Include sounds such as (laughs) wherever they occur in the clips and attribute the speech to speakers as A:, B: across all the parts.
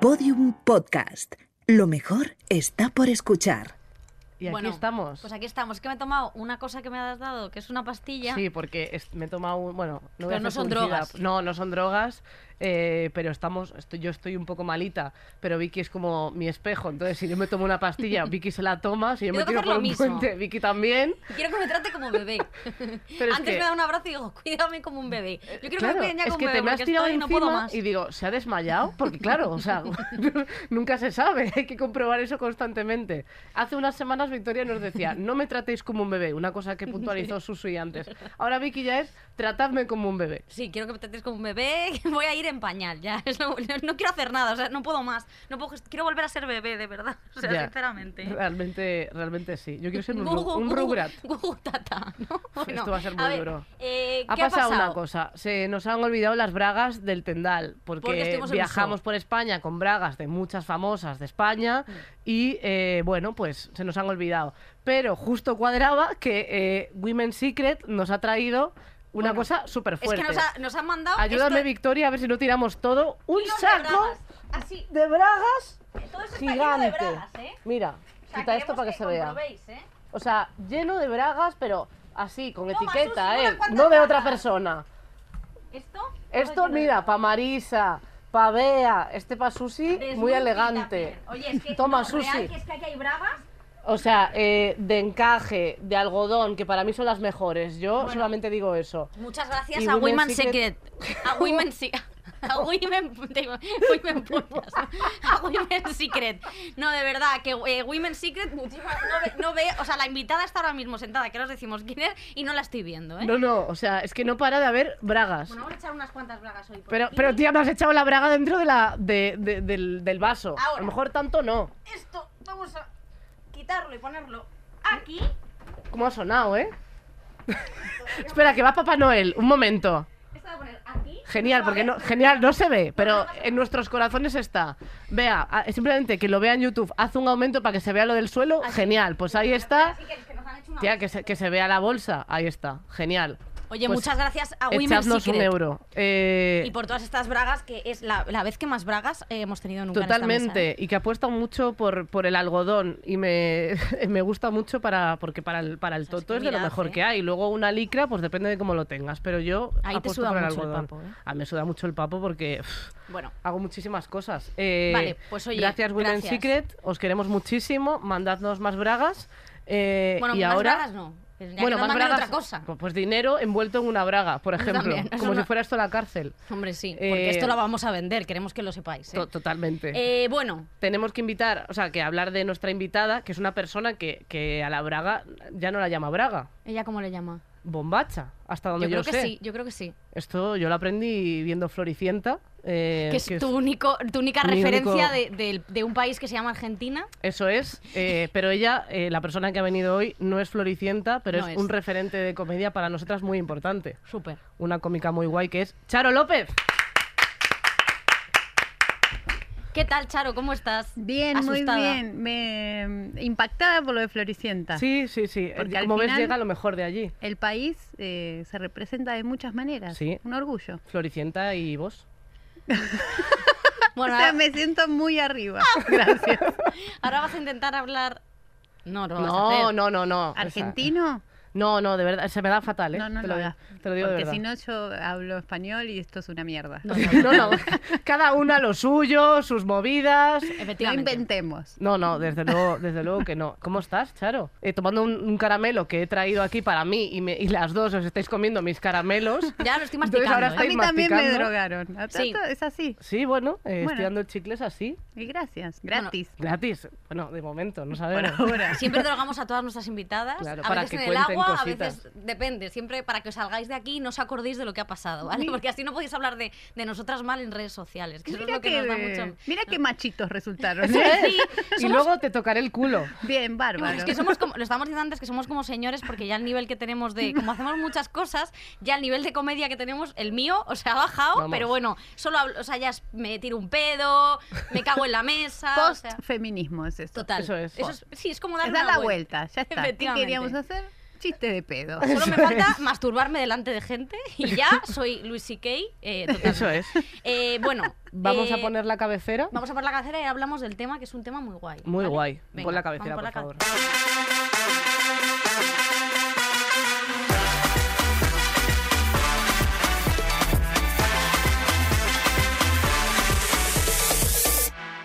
A: Podium Podcast. Lo mejor está por escuchar.
B: Y aquí
C: Bueno,
B: estamos.
C: Pues aquí estamos, que me he tomado una cosa que me has dado, que es una pastilla.
B: Sí, porque es- me he tomado un- Bueno, no, voy a
C: Pero no
B: hacer
C: son
B: publicidad.
C: drogas.
B: No, no son drogas, eh, pero estamos. estoy- yo estoy un poco malita, pero Vicky es como mi espejo. Entonces, si yo me tomo una
C: (laughs)
B: pastilla, Vicky se la toma. Si yo me
C: Tengo que
B: tiro
C: hacer
B: por
C: lo
B: un
C: mismo.
B: puente, Vicky también.
C: Y Quiero que me trate como bebé.
B: (laughs) Pero es
C: Antes
B: que- Eh,
C: me da un abrazo y digo, cuídame como un bebé. Yo quiero que
B: Claro,
C: me cuiden ya
B: es
C: como
B: que
C: bebé
B: te me has
C: porque
B: tirado
C: estoy, no puedo
B: encima
C: más.
B: y digo, ¿se ha desmayado? Porque claro, o sea, (laughs) nunca se sabe, hay que comprobar eso constantemente. Hace unas semanas Victoria nos decía, no me tratéis como un bebé, una
C: (laughs)
B: cosa que puntualizó Susui antes. Ahora Vicky ya es, tratadme como un bebé.
C: Sí, quiero que me trates como un bebé, (laughs) que voy a ir en pañal, ya. Es lo- no, no quiero hacer nada, o sea, no puedo más. No puedo, quiero volver a ser bebé, de verdad. (laughs) O sea,
B: Ya,
C: sinceramente. ¿eh?
B: Realmente, realmente sí. Yo quiero ser un,
C: Gugu,
B: ru- un
C: gugu,
B: rugrat.
C: gugu, tata, (laughs) ¿no? Bueno,
B: Esto va a ser muy
C: ver,
B: duro.
C: eh,
B: Ha
C: ¿qué ha
B: pasado,
C: pasado
B: una cosa, se nos han olvidado las bragas del tendal, porque,
C: Porque estuvimos en
B: viajamos
C: Uso.
B: por España con bragas de muchas famosas de España
C: Mm.
B: y eh, bueno, pues se nos han olvidado. Pero justo cuadraba que eh, Women's Secret nos ha traído una
C: Bueno,
B: cosa súper
C: Es
B: fuerte.
C: que nos, ha- nos han mandado.
B: Ayúdame,
C: esto-
B: Victoria, a ver si no tiramos todo. Un
C: kilos de
B: saco
C: bragas, Así.
B: de bragas
C: Todo eso está lleno
B: gigante.
C: de bragas, ¿eh?
B: Mira,
C: O sea,
B: quita esto
C: queremos
B: para que, se vea.
C: comprobéis, ¿eh?
B: O sea, lleno de bragas, pero así, con
C: Toma,
B: etiqueta,
C: Susi, unas
B: ¿eh?
C: cuantas
B: No de otra
C: bragas.
B: persona.
C: Esto.
B: Esto,
C: todo lleno de-
B: mira, pa' Marisa, pa' Bea, este pa' Susi,
C: de
B: muy
C: Snoopy
B: elegante.
C: también. Oye, es que.
B: Toma,
C: no,
B: Susi.
C: real, que es que aquí hay bragas.
B: O sea, eh, de encaje, de algodón, que para mí son las mejores. Yo
C: Bueno.
B: solamente digo eso.
C: Muchas gracias
B: Y
C: a
B: Women's
C: Women's
B: Secret.
C: Secret. A
B: (laughs)
C: Women's Secret. A Women, digo, Women Putas. A Women's Secret. No, de verdad, que eh, Women's Secret muchísimas- no ve, no ve- O sea, la invitada está ahora mismo sentada, que nos decimos quién es, y no la estoy viendo, ¿eh?
B: No, no, o sea, es que no para de haber bragas.
C: Bueno, pues vamos a echar unas cuantas bragas hoy. por
B: Pero,
C: aquí.
B: pero tía, me has echado la braga dentro de la, de- de- del, del vaso. A
C: Ahora.
B: lo mejor tanto no.
C: Esto, vamos a quitarlo y ponerlo aquí.
B: ¿Cómo ha sonado, eh? (laughs) Espera, que va Papá Noel. Un momento.
C: Esto lo voy a poner aquí.
B: Genial, porque no, genial, no se ve, pero en nuestros corazones está. Vea, a- simplemente que lo vea en YouTube, haz un aumento para que se vea lo del suelo, genial, pues ahí está.
C: Así que, que nos han hecho una
B: Tía, que se, que se vea la bolsa, ahí está, genial.
C: Oye,
B: Pues
C: muchas gracias a Women's
B: Echadnos un
C: Secret
B: euro. Eh,
C: y por todas estas bragas, que es la, la vez que más bragas eh, hemos tenido nunca en esta mesa, ¿eh?
B: Totalmente, y que apuesta mucho por, por el algodón y me, (laughs) me gusta mucho para porque para el, para el
C: sea, es
B: toto
C: que
B: es de lo
C: mirad,
B: mejor
C: ¿eh?
B: que hay. Luego una licra, pues depende de cómo lo tengas, pero yo
C: Ahí te
B: apuesto
C: suda
B: por el
C: mucho el
B: algodón.
C: papo, ¿eh?
B: A mí me suda mucho el papo porque pff,
C: Bueno,
B: Hago muchísimas cosas. Eh,
C: Vale, pues oye,
B: gracias Women's
C: gracias.
B: Secret, os queremos muchísimo, mandadnos más bragas. eh,
C: bueno
B: y
C: más
B: ahora,
C: bragas no. Pues Ya que nos manden otra cosa.
B: Pues, pues dinero envuelto en una braga, por ejemplo,
C: también, eso
B: como
C: no-
B: si fuera esto la cárcel.
C: Hombre, sí, porque
B: Eh,
C: esto lo vamos a vender, queremos que lo sepáis. ¿eh?
B: To- Totalmente.
C: Eh, bueno,
B: Tenemos que invitar, o sea, que hablar de nuestra invitada, que es una persona que, que a la braga ya no la llama braga,
C: ¿ella cómo le llama?
B: bombacha, hasta donde
C: Yo
B: yo,
C: creo que
B: sé.
C: sí, yo creo que sí.
B: Esto yo lo aprendí viendo Floricienta. eh,
C: que es
B: que es-
C: tu, único, tu única
B: mi
C: referencia
B: único-
C: de- del- de un país que se llama Argentina.
B: Eso es, eh, pero ella, eh, la persona que ha venido hoy, no es floricienta, pero
C: No
B: es,
C: es.
B: un referente de comedia para nosotras muy importante.
C: Súper.
B: Una cómica muy guay que es Charo López.
C: ¿Qué tal, Charo? ¿Cómo estás?
D: Bien,
C: Asustada.
D: muy bien. Me, impactada por lo de Floricienta.
B: Sí, sí, sí. Eh,
D: Porque al
B: Como ves,
D: final-
B: llega lo mejor de allí.
D: El país eh, se representa de muchas maneras.
B: Sí.
D: Un orgullo.
B: Floricienta y vos.
C: Bueno,
D: o sea,
C: ahora-
D: me siento
C: (laughs)
D: muy arriba. Gracias.
C: Ahora vas a intentar hablar. No, no, lo vas a
B: No,
C: hacer.
B: no, no, no.
D: ¿Argentino?
B: O sea, no, no, de verdad, se me da fatal, ¿eh?
D: No, no
B: te
D: lo
B: lo,
D: hagas.
B: Te lo digo de
D: Porque
B: verdad.
D: si no, yo hablo español y esto es una mierda. No,
B: No, no, (laughs) cada una lo suyo, sus movidas.
C: Efectivamente.
D: inventemos.
B: No, no, desde luego, desde luego que no. ¿Cómo estás, Charo? Eh, tomando un, un caramelo que he traído aquí para mí y, me- y las dos os estáis comiendo mis caramelos.
C: Ya lo
B: Entonces,
C: estoy masticando.
B: ahora
C: ¿eh?
D: A
B: estoy-
D: mí también me
B: masticando.
D: drogaron. A-
C: Sí.
D: a- Es así.
B: Sí, bueno, eh, estoy
D: Bueno.
B: dando chicles así,
D: Y gracias.
C: Bueno,
D: Gratis.
B: gratis. Bueno, de momento, no
D: por
B: sabemos. (laughs)
D: ahora.
C: Siempre drogamos a todas nuestras invitadas.
B: Claro,
C: a
B: para
C: veces
B: que
C: en el
B: cuenten
C: agua, a
B: cositas.
C: veces depende. Siempre para que os salgáis de aquí y no os acordéis de lo que ha pasado,
B: (laughs)
C: ¿vale? Porque así no podéis hablar de, de nosotras mal en redes sociales. Que eso es
D: Mira
C: lo que,
D: que,
C: nos da mucho.
D: mira qué machitos resultaron.
B: Eso (laughs)
D: ¿eh?
B: es. Y luego te tocaré el culo.
D: Bien, bárbaro.
C: Es que somos como, lo estábamos diciendo antes, que somos como señores porque ya el nivel que tenemos de, como hacemos muchas cosas, ya el nivel de comedia que tenemos, el mío, o sea, ha bajado,
B: Vamos.
C: pero bueno, solo hablo- o sea, ya es- me tiro un pedo, me cago en la mesa, o sea,
D: Post-feminismo es esto.
C: total.
B: Eso es.
C: sí, es como
D: Es
C: darle
D: dar
C: una
D: la vuelta, ya está. ¿Qué
C: Efectivamente.
D: queríamos hacer? Chiste
C: (laughs)
D: de pedo.
B: (laughs)
C: Solo me falta masturbarme delante de gente y ya soy Luis C.K. eh, totalmente.
B: Eso es.
C: Eh, bueno,
B: Vamos a
C: eh,
B: poner la cabecera.
C: Vamos a por la cabecera y hablamos del tema, que es un tema muy guay.
B: Muy
C: ¿vale?
B: guay.
C: Venga,
B: Pon la
C: vamos
B: cabecera, por,
C: la ca-
B: favor.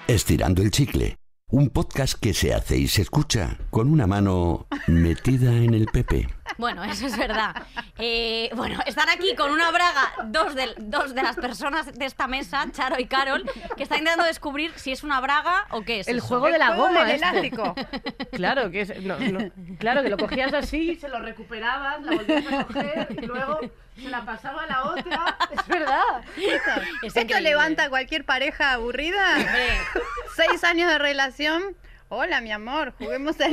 E: Estirando el chicle. Un podcast que se hace y se escucha con una mano metida en el pepe.
C: Bueno, eso es verdad. Eh, bueno, están aquí con una braga dos de, dos de las personas de esta mesa, Charo y Carol, que están intentando descubrir si es una braga o qué es.
B: El
C: pues eso.
B: juego de la
D: Juego
B: goma.
D: del
B: este.
D: (laughs) elástico.
B: Claro, que es- no, no. claro que lo cogías así, se lo recuperabas, la volvías a coger y luego se la pasaba a la otra. Es verdad.
C: Es
D: Esto
C: increíble.
D: levanta a cualquier pareja aburrida. (laughs)
C: Hombre,
D: Seis años de relación. Hola, mi amor, juguemos (laughs) al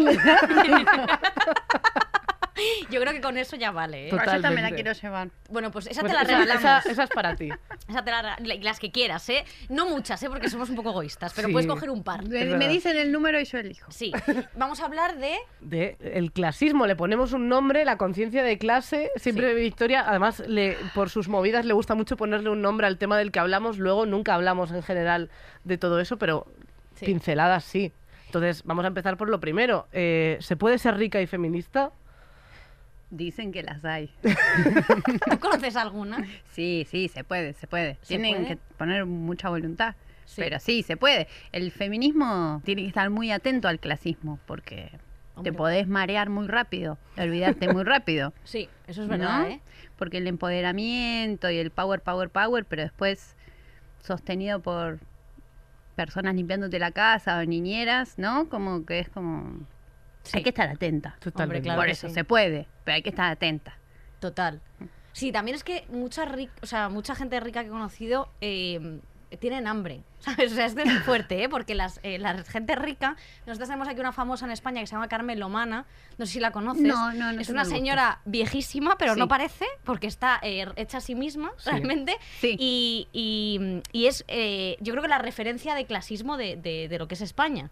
C: Yo creo que con eso ya vale. ¿eh?
B: Total.
D: Yo también la
B: Totalmente.
D: quiero llevar.
C: Bueno, pues esa
B: Pues
C: te la
B: esa,
C: regalamos.
B: esa- esa es para ti.
C: Esa te la- la- las que quieras, ¿eh? No muchas, ¿eh? Porque somos un poco egoístas, pero
B: Sí.
C: puedes coger un par.
D: Me,
B: verdad.
D: me dicen el número y yo elijo.
C: Sí. Vamos a hablar de...
B: De el clasismo, le ponemos un nombre, la conciencia de clase, siempre Victoria, además le, por sus movidas le gusta mucho ponerle un nombre al tema del que hablamos, luego nunca hablamos en general de todo eso, pero
C: Sí.
B: pinceladas sí. Entonces, vamos a empezar por lo primero. Eh, ¿Se puede ser rica y feminista?
D: Dicen que las
B: (laughs)
D: hay.
C: ¿Tú conoces alguna?
D: Sí, sí, se puede, se puede.
C: ¿Se
D: Tienen
C: puede?
D: que poner mucha voluntad.
C: Sí.
D: Pero sí, se puede. El feminismo tiene que estar muy atento al clasismo porque
C: Hombre.
D: te podés marear muy rápido, olvidarte muy rápido.
C: Sí, eso es verdad,
D: ¿no?
C: ¿eh?
D: Porque el empoderamiento y el power, power, power, pero después sostenido por personas limpiándote la casa o niñeras, ¿no? Como que es como...
C: Sí.
D: Hay que estar atenta.
B: Totalmente.
C: claro
D: por
C: que
D: eso
C: sí.
D: se puede, pero hay que estar atenta.
C: Total. Sí, también es que mucha, ri- o sea, mucha gente rica que he conocido eh, tienen hambre. (laughs) ¿sabes? O sea, esto es
D: (laughs)
C: muy fuerte, ¿eh? porque las, eh, la gente rica, nosotros tenemos aquí una famosa en España que se llama Carmen Lomana, no sé si la conoces.
D: No, no, no
C: Es
D: sé,
C: una
D: no me gusta.
C: señora viejísima, pero
D: Sí.
C: no parece, porque está eh, hecha a sí misma,
B: Sí.
C: realmente.
D: Sí.
C: Y, y- y es, eh, yo creo que la referencia de clasismo de, de- de lo que es España.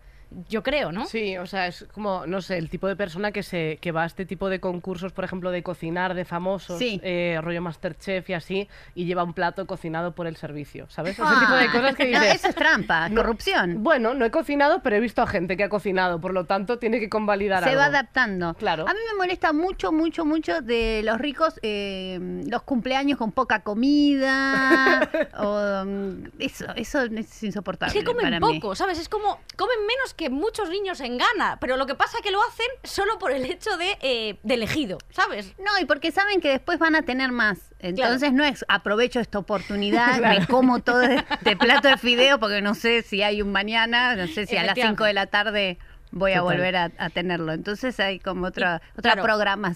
C: Yo creo, ¿no?
B: Sí, o sea, es como, no sé, el tipo de persona que se que va a este tipo de concursos, por ejemplo, de cocinar, de famosos,
D: Sí.
B: eh, rollo Masterchef y así, y lleva un plato cocinado por el servicio, ¿sabes? Ese
D: Ah,
B: tipo de cosas que
D: (laughs) No,
B: dices,
D: eso es trampa,
B: No.
D: corrupción.
B: bueno, no he cocinado, pero he visto a gente que ha cocinado, por lo tanto tiene que convalidar
D: se
B: algo.
D: va adaptando.
B: Claro.
D: A mí me molesta mucho, mucho, mucho de los ricos, eh, los cumpleaños con poca
B: (laughs)
D: comida. o, mm, eso, eso es
C: Es
D: insoportable.
C: que comen
D: para
C: poco,
D: Mí.
C: ¿sabes? Es como comen menos que muchos niños en Ghana, pero lo que pasa es que lo hacen solo por el hecho de, eh, de elegido, ¿sabes?
D: No, y porque saben que después van a tener más. Entonces no es aprovecho
C: (laughs)
D: esta oportunidad, me como todo este plato de fideo porque no sé si hay un mañana, no sé si a las
C: Efectivamente.
D: 5 de la tarde voy a
B: Total.
D: volver a, a tenerlo. Entonces hay como otra,
C: Y,
D: otra
C: claro,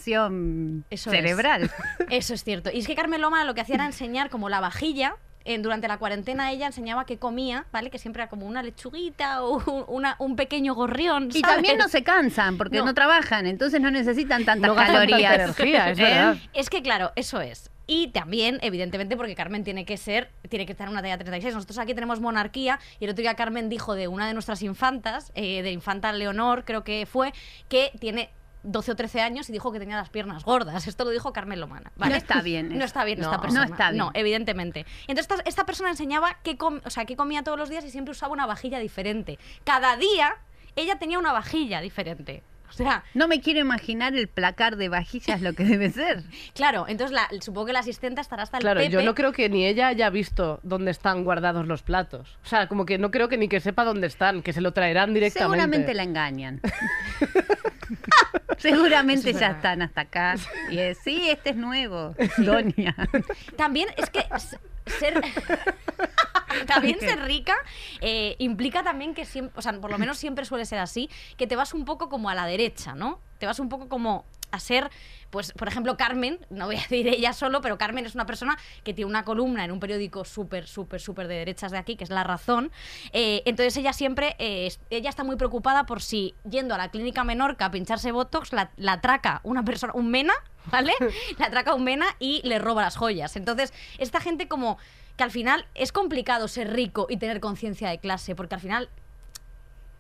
D: programación
C: eso es.
D: cerebral.
C: (laughs) Eso es cierto. Y es que Carmen Loma lo que hacía era enseñar como la vajilla. eh, durante la cuarentena ella enseñaba que comía, ¿vale? Que siempre era como una lechuguita o (laughs) un, una- un pequeño gorrión.
D: Y
C: ¿sabes?
D: también no se cansan porque
C: No.
D: no, trabajan, entonces no necesitan tantas
B: No gastan tanta
D: calorías.
B: energía, es
D: (laughs) ¿Eh?
B: verdad.
C: Es que claro, eso es. Y también, evidentemente, porque Carmen tiene que ser, tiene que estar en una talla 36. Nosotros aquí tenemos monarquía y el otro día Carmen dijo de una de nuestras infantas, eh, de infanta Leonor, creo que fue, que tiene 12 o 13 años y dijo que tenía las piernas gordas. Esto lo dijo Carmen Lomana. ¿vale?
D: No está bien
C: No
D: eso.
C: está bien
B: No.
C: esta
B: No
C: persona.
D: está bien.
C: No, evidentemente. Entonces esta, esta persona enseñaba qué, com- o sea, qué comía todos los días y siempre usaba una vajilla diferente. Cada día ella tenía una vajilla diferente. O sea,
D: No me quiero imaginar el placar de vajillas lo que debe ser.
C: Claro, entonces la- supongo que la asistenta estará hasta el
B: Claro, yo
C: Pepe.
B: no creo que ni ella haya visto dónde están guardados los platos. O sea, como que no creo que ni que sepa dónde están, que se lo traerán directamente.
D: Seguramente la engañan. (laughs) Seguramente
C: Eso es
D: ya
C: verdad.
D: están
C: (laughs)
D: hasta acá. Y es, sí, este es nuevo, Doña.
C: También es que s- ser... (laughs) también ser rica eh, implica también que siempre, o sea, por lo menos siempre suele ser así, que te vas un poco como a la derecha, ¿no? Te vas un poco como a ser, pues, por ejemplo, Carmen, no voy a decir ella solo, pero Carmen es una persona que tiene una columna en un periódico súper, súper, súper de derechas de aquí, que es La Razón. Eh, entonces ella siempre, eh, es- ella está muy preocupada por si yendo a la clínica Menorca a pincharse Botox, la, la atraca una persona, un mena, ¿vale? La atraca un mena y le roba las joyas. Entonces, esta gente como que al final es complicado ser rico y tener conciencia de clase, porque al final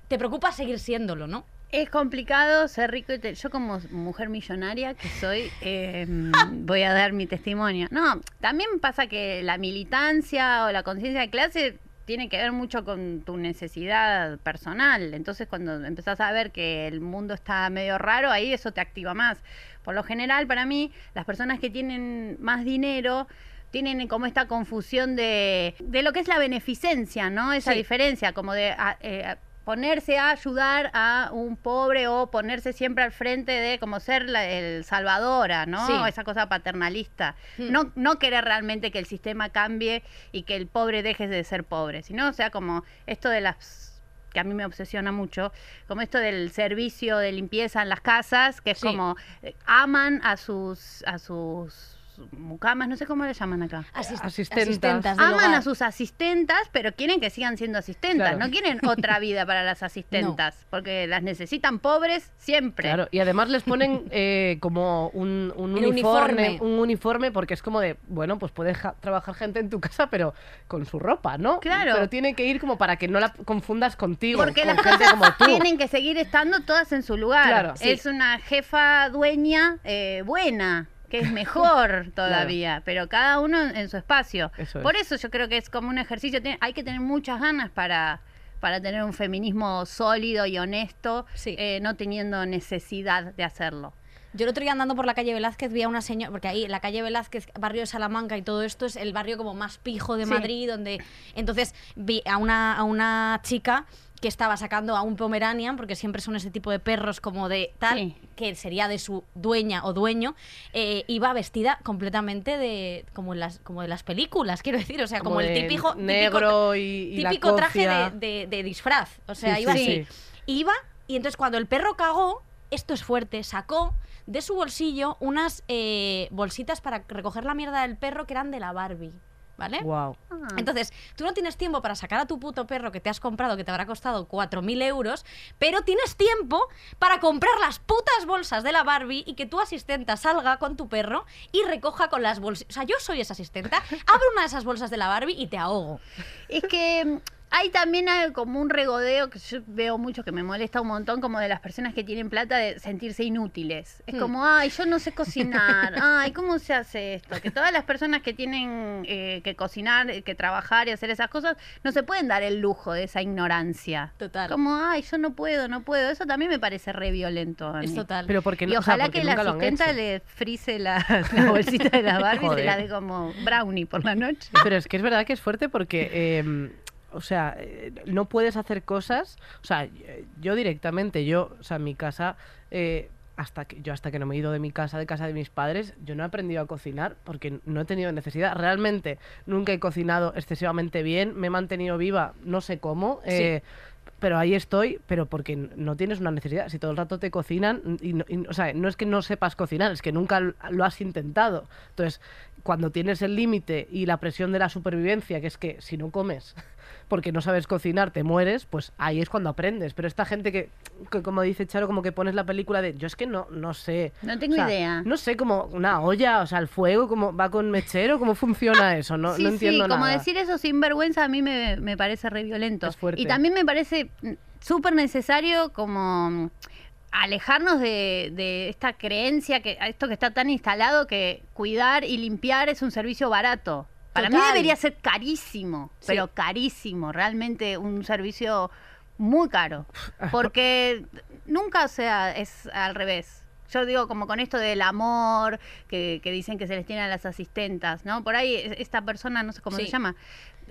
C: te preocupa seguir siéndolo, ¿no?
D: Es complicado ser rico y te- yo como mujer millonaria que soy, eh, voy a dar mi testimonio. No, también pasa que la militancia o la conciencia de clase tiene que ver mucho con tu necesidad personal. Entonces cuando empezás a ver que el mundo está medio raro, ahí eso te activa más. Por lo general, para mí, las personas que tienen más dinero tienen como esta confusión de, de lo que es la beneficencia, ¿no? Esa
C: Sí.
D: diferencia, como de a- eh, a ponerse a ayudar a un pobre o ponerse siempre al frente de como ser la- el salvadora, ¿no?
C: Sí.
D: Esa cosa paternalista.
C: Mm.
D: No, no querer realmente que el sistema cambie y que el pobre deje de ser pobre, sino, o sea, como esto de las que a mí me obsesiona mucho, como esto del servicio de limpieza en las casas, que es
C: Sí.
D: como eh, aman a sus a sus mucamas, no sé cómo le llaman acá.
C: Asist-
B: Asistentas.
C: del
D: Aman a
C: hogar.
D: sus asistentas, pero quieren que sigan siendo asistentas,
B: Claro.
D: no
B: (laughs)
D: quieren otra vida para las asistentas, porque las necesitan pobres siempre.
B: Claro, y además les
D: (laughs)
B: ponen eh, como un, un
C: El
B: uniforme,
C: uniforme.
B: un uniforme, porque es como de, bueno, pues puedes ja- trabajar gente en tu casa, pero con su ropa, ¿no?
D: Claro.
B: Pero tiene que ir como para que no la confundas contigo,
D: Porque
B: con
D: las
B: gente
D: cosas
B: como tú.
D: tienen que seguir estando todas en su lugar.
B: Claro, sí.
D: es una jefa dueña eh, buena, que
B: (laughs)
D: es mejor todavía, pero cada uno en su espacio.
B: Eso es.
D: Por eso yo creo que es como un ejercicio, tiene- hay que tener muchas ganas para, para tener un feminismo sólido y honesto,
C: Sí.
D: eh, no teniendo necesidad de hacerlo.
C: Yo el otro día andando por la calle Velázquez vi a una señora, porque ahí la calle Velázquez, barrio de Salamanca y todo esto es el barrio como más pijo de
D: Sí.
C: Madrid, donde entonces vi a una, a una chica que estaba sacando a un Pomeranian, porque siempre son ese tipo de perros como de tal,
D: Sí.
C: que sería de su dueña o dueño, eh, iba vestida completamente de como, en las, como de las películas, quiero decir, o sea, como, el
B: de
C: típico, típico-
B: negro y, y la
C: típico traje
B: cofia.
C: de, de- de disfraz. O sea,
B: Sí,
C: iba
B: sí,
C: así. Iba y entonces cuando el perro cagó, esto es fuerte, sacó de su bolsillo unas eh, bolsitas para recoger la mierda del perro que eran de la Barbie. ¿Vale?
B: Guau.
C: Entonces, tú no tienes tiempo para sacar a tu puto perro que te has comprado, que te habrá costado 4.000 euros, pero tienes tiempo para comprar las putas bolsas de la Barbie y que tu asistenta salga con tu perro y recoja con las bolsas. O sea, yo soy esa asistenta,
D: (laughs)
C: abro una de esas bolsas de la Barbie y te ahogo.
D: Es que mm, hay también algo como un regodeo que yo veo mucho que me molesta un montón, como de las personas que tienen plata de sentirse inútiles. Es
B: Mm.
C: Hmm.
D: como, ay, yo no sé cocinar, ay, ¿cómo se hace esto? Que todas las personas que tienen eh, que cocinar, eh, que trabajar y hacer esas cosas, no se pueden dar el lujo de esa ignorancia.
C: Total.
D: Como, ay, yo no puedo, no puedo. Eso también me parece re violento. a
C: Es
D: mí.
C: total.
B: Pero porque no,
D: Y
B: o sea,
D: ojalá
B: porque
D: que la
B: nunca lo han
D: asistenta
B: hecho.
D: le frise la, (laughs) la bolsita
B: (laughs)
D: de la Barbie y se
B: Joder.
D: la dé como brownie por la noche.
B: Pero es que es verdad que es fuerte porque, eh, o sea, eh, no puedes hacer cosas. O sea, eh, yo directamente, yo, o sea, mi casa, eh, hasta que yo hasta que no me he ido de mi casa, de casa de mis padres, yo no he aprendido a cocinar porque no he tenido necesidad. Realmente nunca he cocinado excesivamente bien, me he mantenido viva, no sé cómo.
C: Sí.
B: eh, pero ahí estoy, pero porque n- no tienes una necesidad. Si todo el rato te cocinan, n- y no- y- o sea, no es que no sepas cocinar, es que nunca l- lo has intentado. Entonces, cuando tienes el límite y la presión de la supervivencia, que es que si no comes (laughs) porque no sabes cocinar, te mueres, pues ahí es cuando aprendes. Pero esta gente que, que como dice Charo, como que pones la película de yo es que no, no sé.
D: No tengo
B: O sea,
D: idea.
B: No sé, como una olla, o sea, el fuego, cómo va con mechero, cómo funciona eso, no,
D: sí,
B: no entiendo
D: sí, como
B: nada.
D: decir eso sin vergüenza a mí me, me parece re violento.
B: Es fuerte.
D: Y también me parece mm, súper necesario como mm, alejarnos de, de esta creencia, que esto que está tan instalado que cuidar y limpiar es un servicio barato. Para mí
C: Total.
D: debería ser carísimo,
C: Sí.
D: pero carísimo, realmente un servicio muy caro.
C: ah,
D: Porque nunca, o sea, es al revés. Yo digo como con esto del amor, que, que dicen que se les tiene a las asistentas, ¿no? Por ahí e- esta persona, no sé cómo
C: Sí.
D: se llama,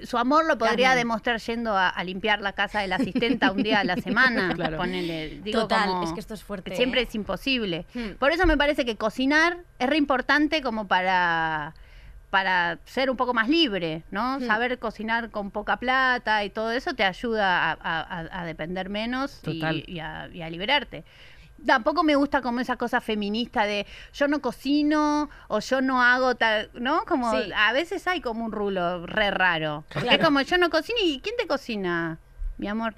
D: su amor lo podría
C: Carmen.
D: demostrar yendo a, a limpiar la casa de la asistenta
C: (laughs)
D: un día a la semana.
B: Claro.
D: ponele. Digo
C: Total,
D: como-
C: es que esto es fuerte.
D: Siempre
C: ¿eh?
D: es imposible.
C: Hmm.
D: Por eso me parece que cocinar es re importante como para para ser un poco más libre, ¿no?
C: Hmm.
D: Saber cocinar con poca plata y todo eso te ayuda a, a- a- a depender menos y,
B: Total.
D: y a, y a liberarte. Tampoco me gusta como esa cosa feminista de yo no cocino o yo no hago tal, ¿no? Como
C: Sí.
D: a veces hay como un rulo re raro. Porque
C: Claro.
D: es como yo no cocino y ¿quién te cocina?
C: (laughs)
D: Mi amor.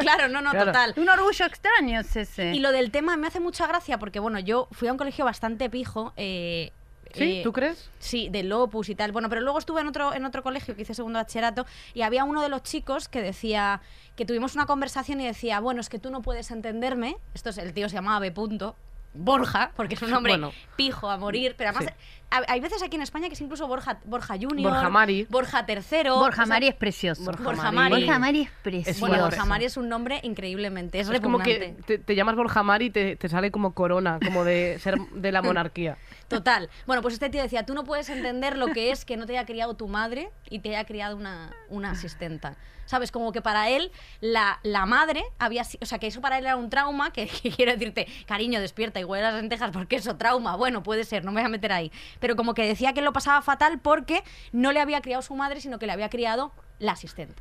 C: claro, no, no,
B: Claro.
C: total.
D: Un orgullo extraño es ese.
C: Y lo del tema me hace mucha gracia porque, bueno, yo fui a un colegio bastante pijo. eh,
B: ¿Sí?
C: Eh,
B: ¿Tú crees?
C: Sí, del Opus y tal. Bueno, pero luego estuve en otro, en otro colegio que hice segundo bachillerato y había uno de los chicos que decía que tuvimos una conversación y decía, bueno, es que tú no puedes entenderme. Esto es, el tío se llamaba B. punto, Borja, porque es un hombre
B: Bueno.
C: pijo a morir, pero además
B: Sí.
C: ha- hay veces aquí en España que es incluso Borja, Borja Junior,
B: Borja Mari.
C: Borja Tercero,
D: Borja
C: o sea,
D: Mari es precioso.
B: Borja
C: Borja
B: Mari.
C: Mari.
D: Borja Mari es
B: Es
D: precioso.
C: Bueno,
B: Dios.
C: Borja Mari es un nombre increíblemente, es,
B: Es como que
C: repugnante.
B: te, te llamas Borja Mari y te, te sale como corona, como de ser de
D: (laughs)
B: la monarquía.
C: Total. Bueno, pues este tío decía, tú no puedes entender lo que es que no te haya criado tu madre y te haya criado una, una asistenta. ¿Sabes? Como que para él la, la madre había sido... O sea, que eso para él era un trauma, que, que quiero decirte, cariño, despierta y huele las lentejas porque eso, trauma. Bueno, puede ser, no me voy a meter ahí. Pero como que decía que lo pasaba fatal porque no le había criado su madre, sino que le había criado la asistenta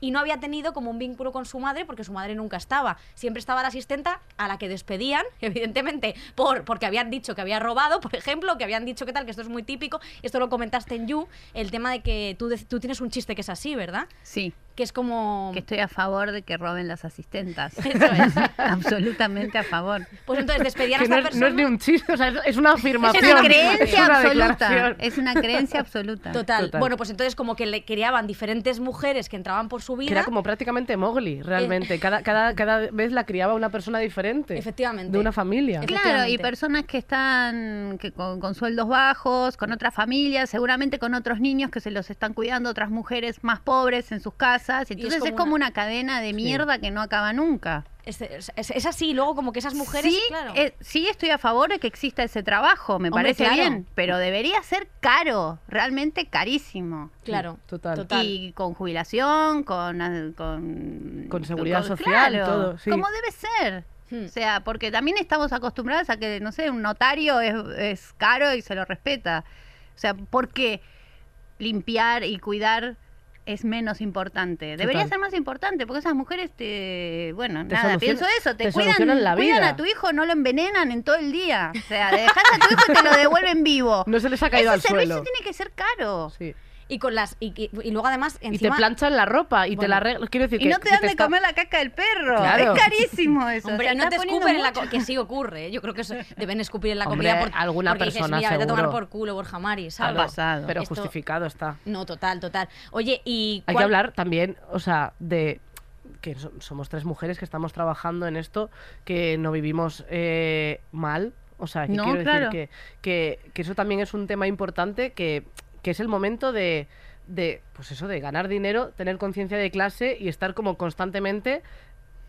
C: y no había tenido como un vínculo con su madre porque su madre nunca estaba. Siempre estaba la asistenta a la que despedían, (laughs) evidentemente, por, porque habían dicho que había robado, por ejemplo, que habían dicho que tal, que esto es muy típico. Esto lo comentaste en You, el tema de que tú, dec- tú tienes un chiste que es así, ¿verdad?
D: Sí,
C: Que es como...
D: que estoy a favor de que roben las asistentas.
C: Eso es.
D: (laughs) Absolutamente a favor.
B: (laughs)
C: Pues entonces despedían a
B: Que no,
C: esta
B: es, no
C: persona...
B: es ni un chiste, o sea, es, es una afirmación.
D: (laughs) Es una
B: (laughs)
D: creencia
B: una
D: absoluta.
B: declaración.
D: Es una creencia absoluta.
C: Total.
B: Total.
C: Bueno, pues entonces como que le criaban diferentes mujeres que entraban por su vida.
B: Que era como prácticamente Mowgli, realmente. Cada, cada, cada vez la criaba una persona diferente.
C: Efectivamente.
B: De una familia.
C: Efectivamente.
D: Claro, y personas que están que con, con sueldos bajos, con otras familias, seguramente con otros niños que se los están cuidando, otras mujeres más pobres en sus casas. Entonces es como,
C: como
D: una... cadena de mierda que no acaba nunca.
C: Es, es- es así, luego como que esas mujeres...
D: sí,
C: claro.
D: eh, sí estoy a favor de que exista ese trabajo, me
C: Hombre,
D: parece
C: claro.
D: bien, pero debería ser caro, realmente carísimo.
C: Claro,
B: total.
C: total.
D: Y con jubilación, con... ah, Con,
B: Con seguridad social, todo, sí.
D: Como debe ser.
C: Hmm.
B: Mm.
D: O sea, porque también estamos acostumbrados a que, no sé, un notario es, es caro y se lo respeta. O sea, ¿por qué limpiar y cuidar es menos importante? Debería
B: Total.
D: ser más importante, porque esas mujeres te... Bueno,
B: Te
D: nada,
B: solucion-
D: pienso eso. Te,
B: te
D: cuidan,
B: solucionan la
D: cuidan
B: vida.
D: a tu hijo, no lo envenenan en todo el día. O sea, dejas a tu hijo y te lo devuelven vivo.
B: (laughs) No se les ha
D: Ese
B: caído al
D: servicio
B: suelo.
D: tiene que ser caro.
B: Sí.
C: Y con las y, y- y luego además
B: Y te
C: encima
B: planchan la ropa y te
C: Bueno.
B: la arreglan. Quiero decir
D: Y
B: que
D: no te
B: que
D: dan de
B: está-
D: comer la caca del perro.
B: Claro.
D: Es carísimo eso.
C: Hombre,
D: o sea,
C: no te
D: está poniendo
C: escupen en la
D: mucho.
C: co- que sí ocurre. ¿eh? Yo creo que
D: (laughs)
C: eso- deben escupir en la
B: Hombre,
C: comida por,
B: alguna
C: porque dices,
B: persona
C: mira, vete a tomar
B: seguro.
C: por culo Borja Mari,
D: Ha
C: ¿sabes?
D: pasado.
B: Pero
C: Esto-
B: justificado está.
C: No, total, total. Oye, y
B: Hay que
C: cuál-
B: hablar también, o sea, de que so- somos tres mujeres que estamos trabajando en esto, que no vivimos eh, mal. O sea, que
D: No,
B: quiero
D: claro.
B: decir que, que, que eso también es un tema importante, que, que es el momento de, de, pues eso, de ganar dinero, tener conciencia de clase y estar como constantemente...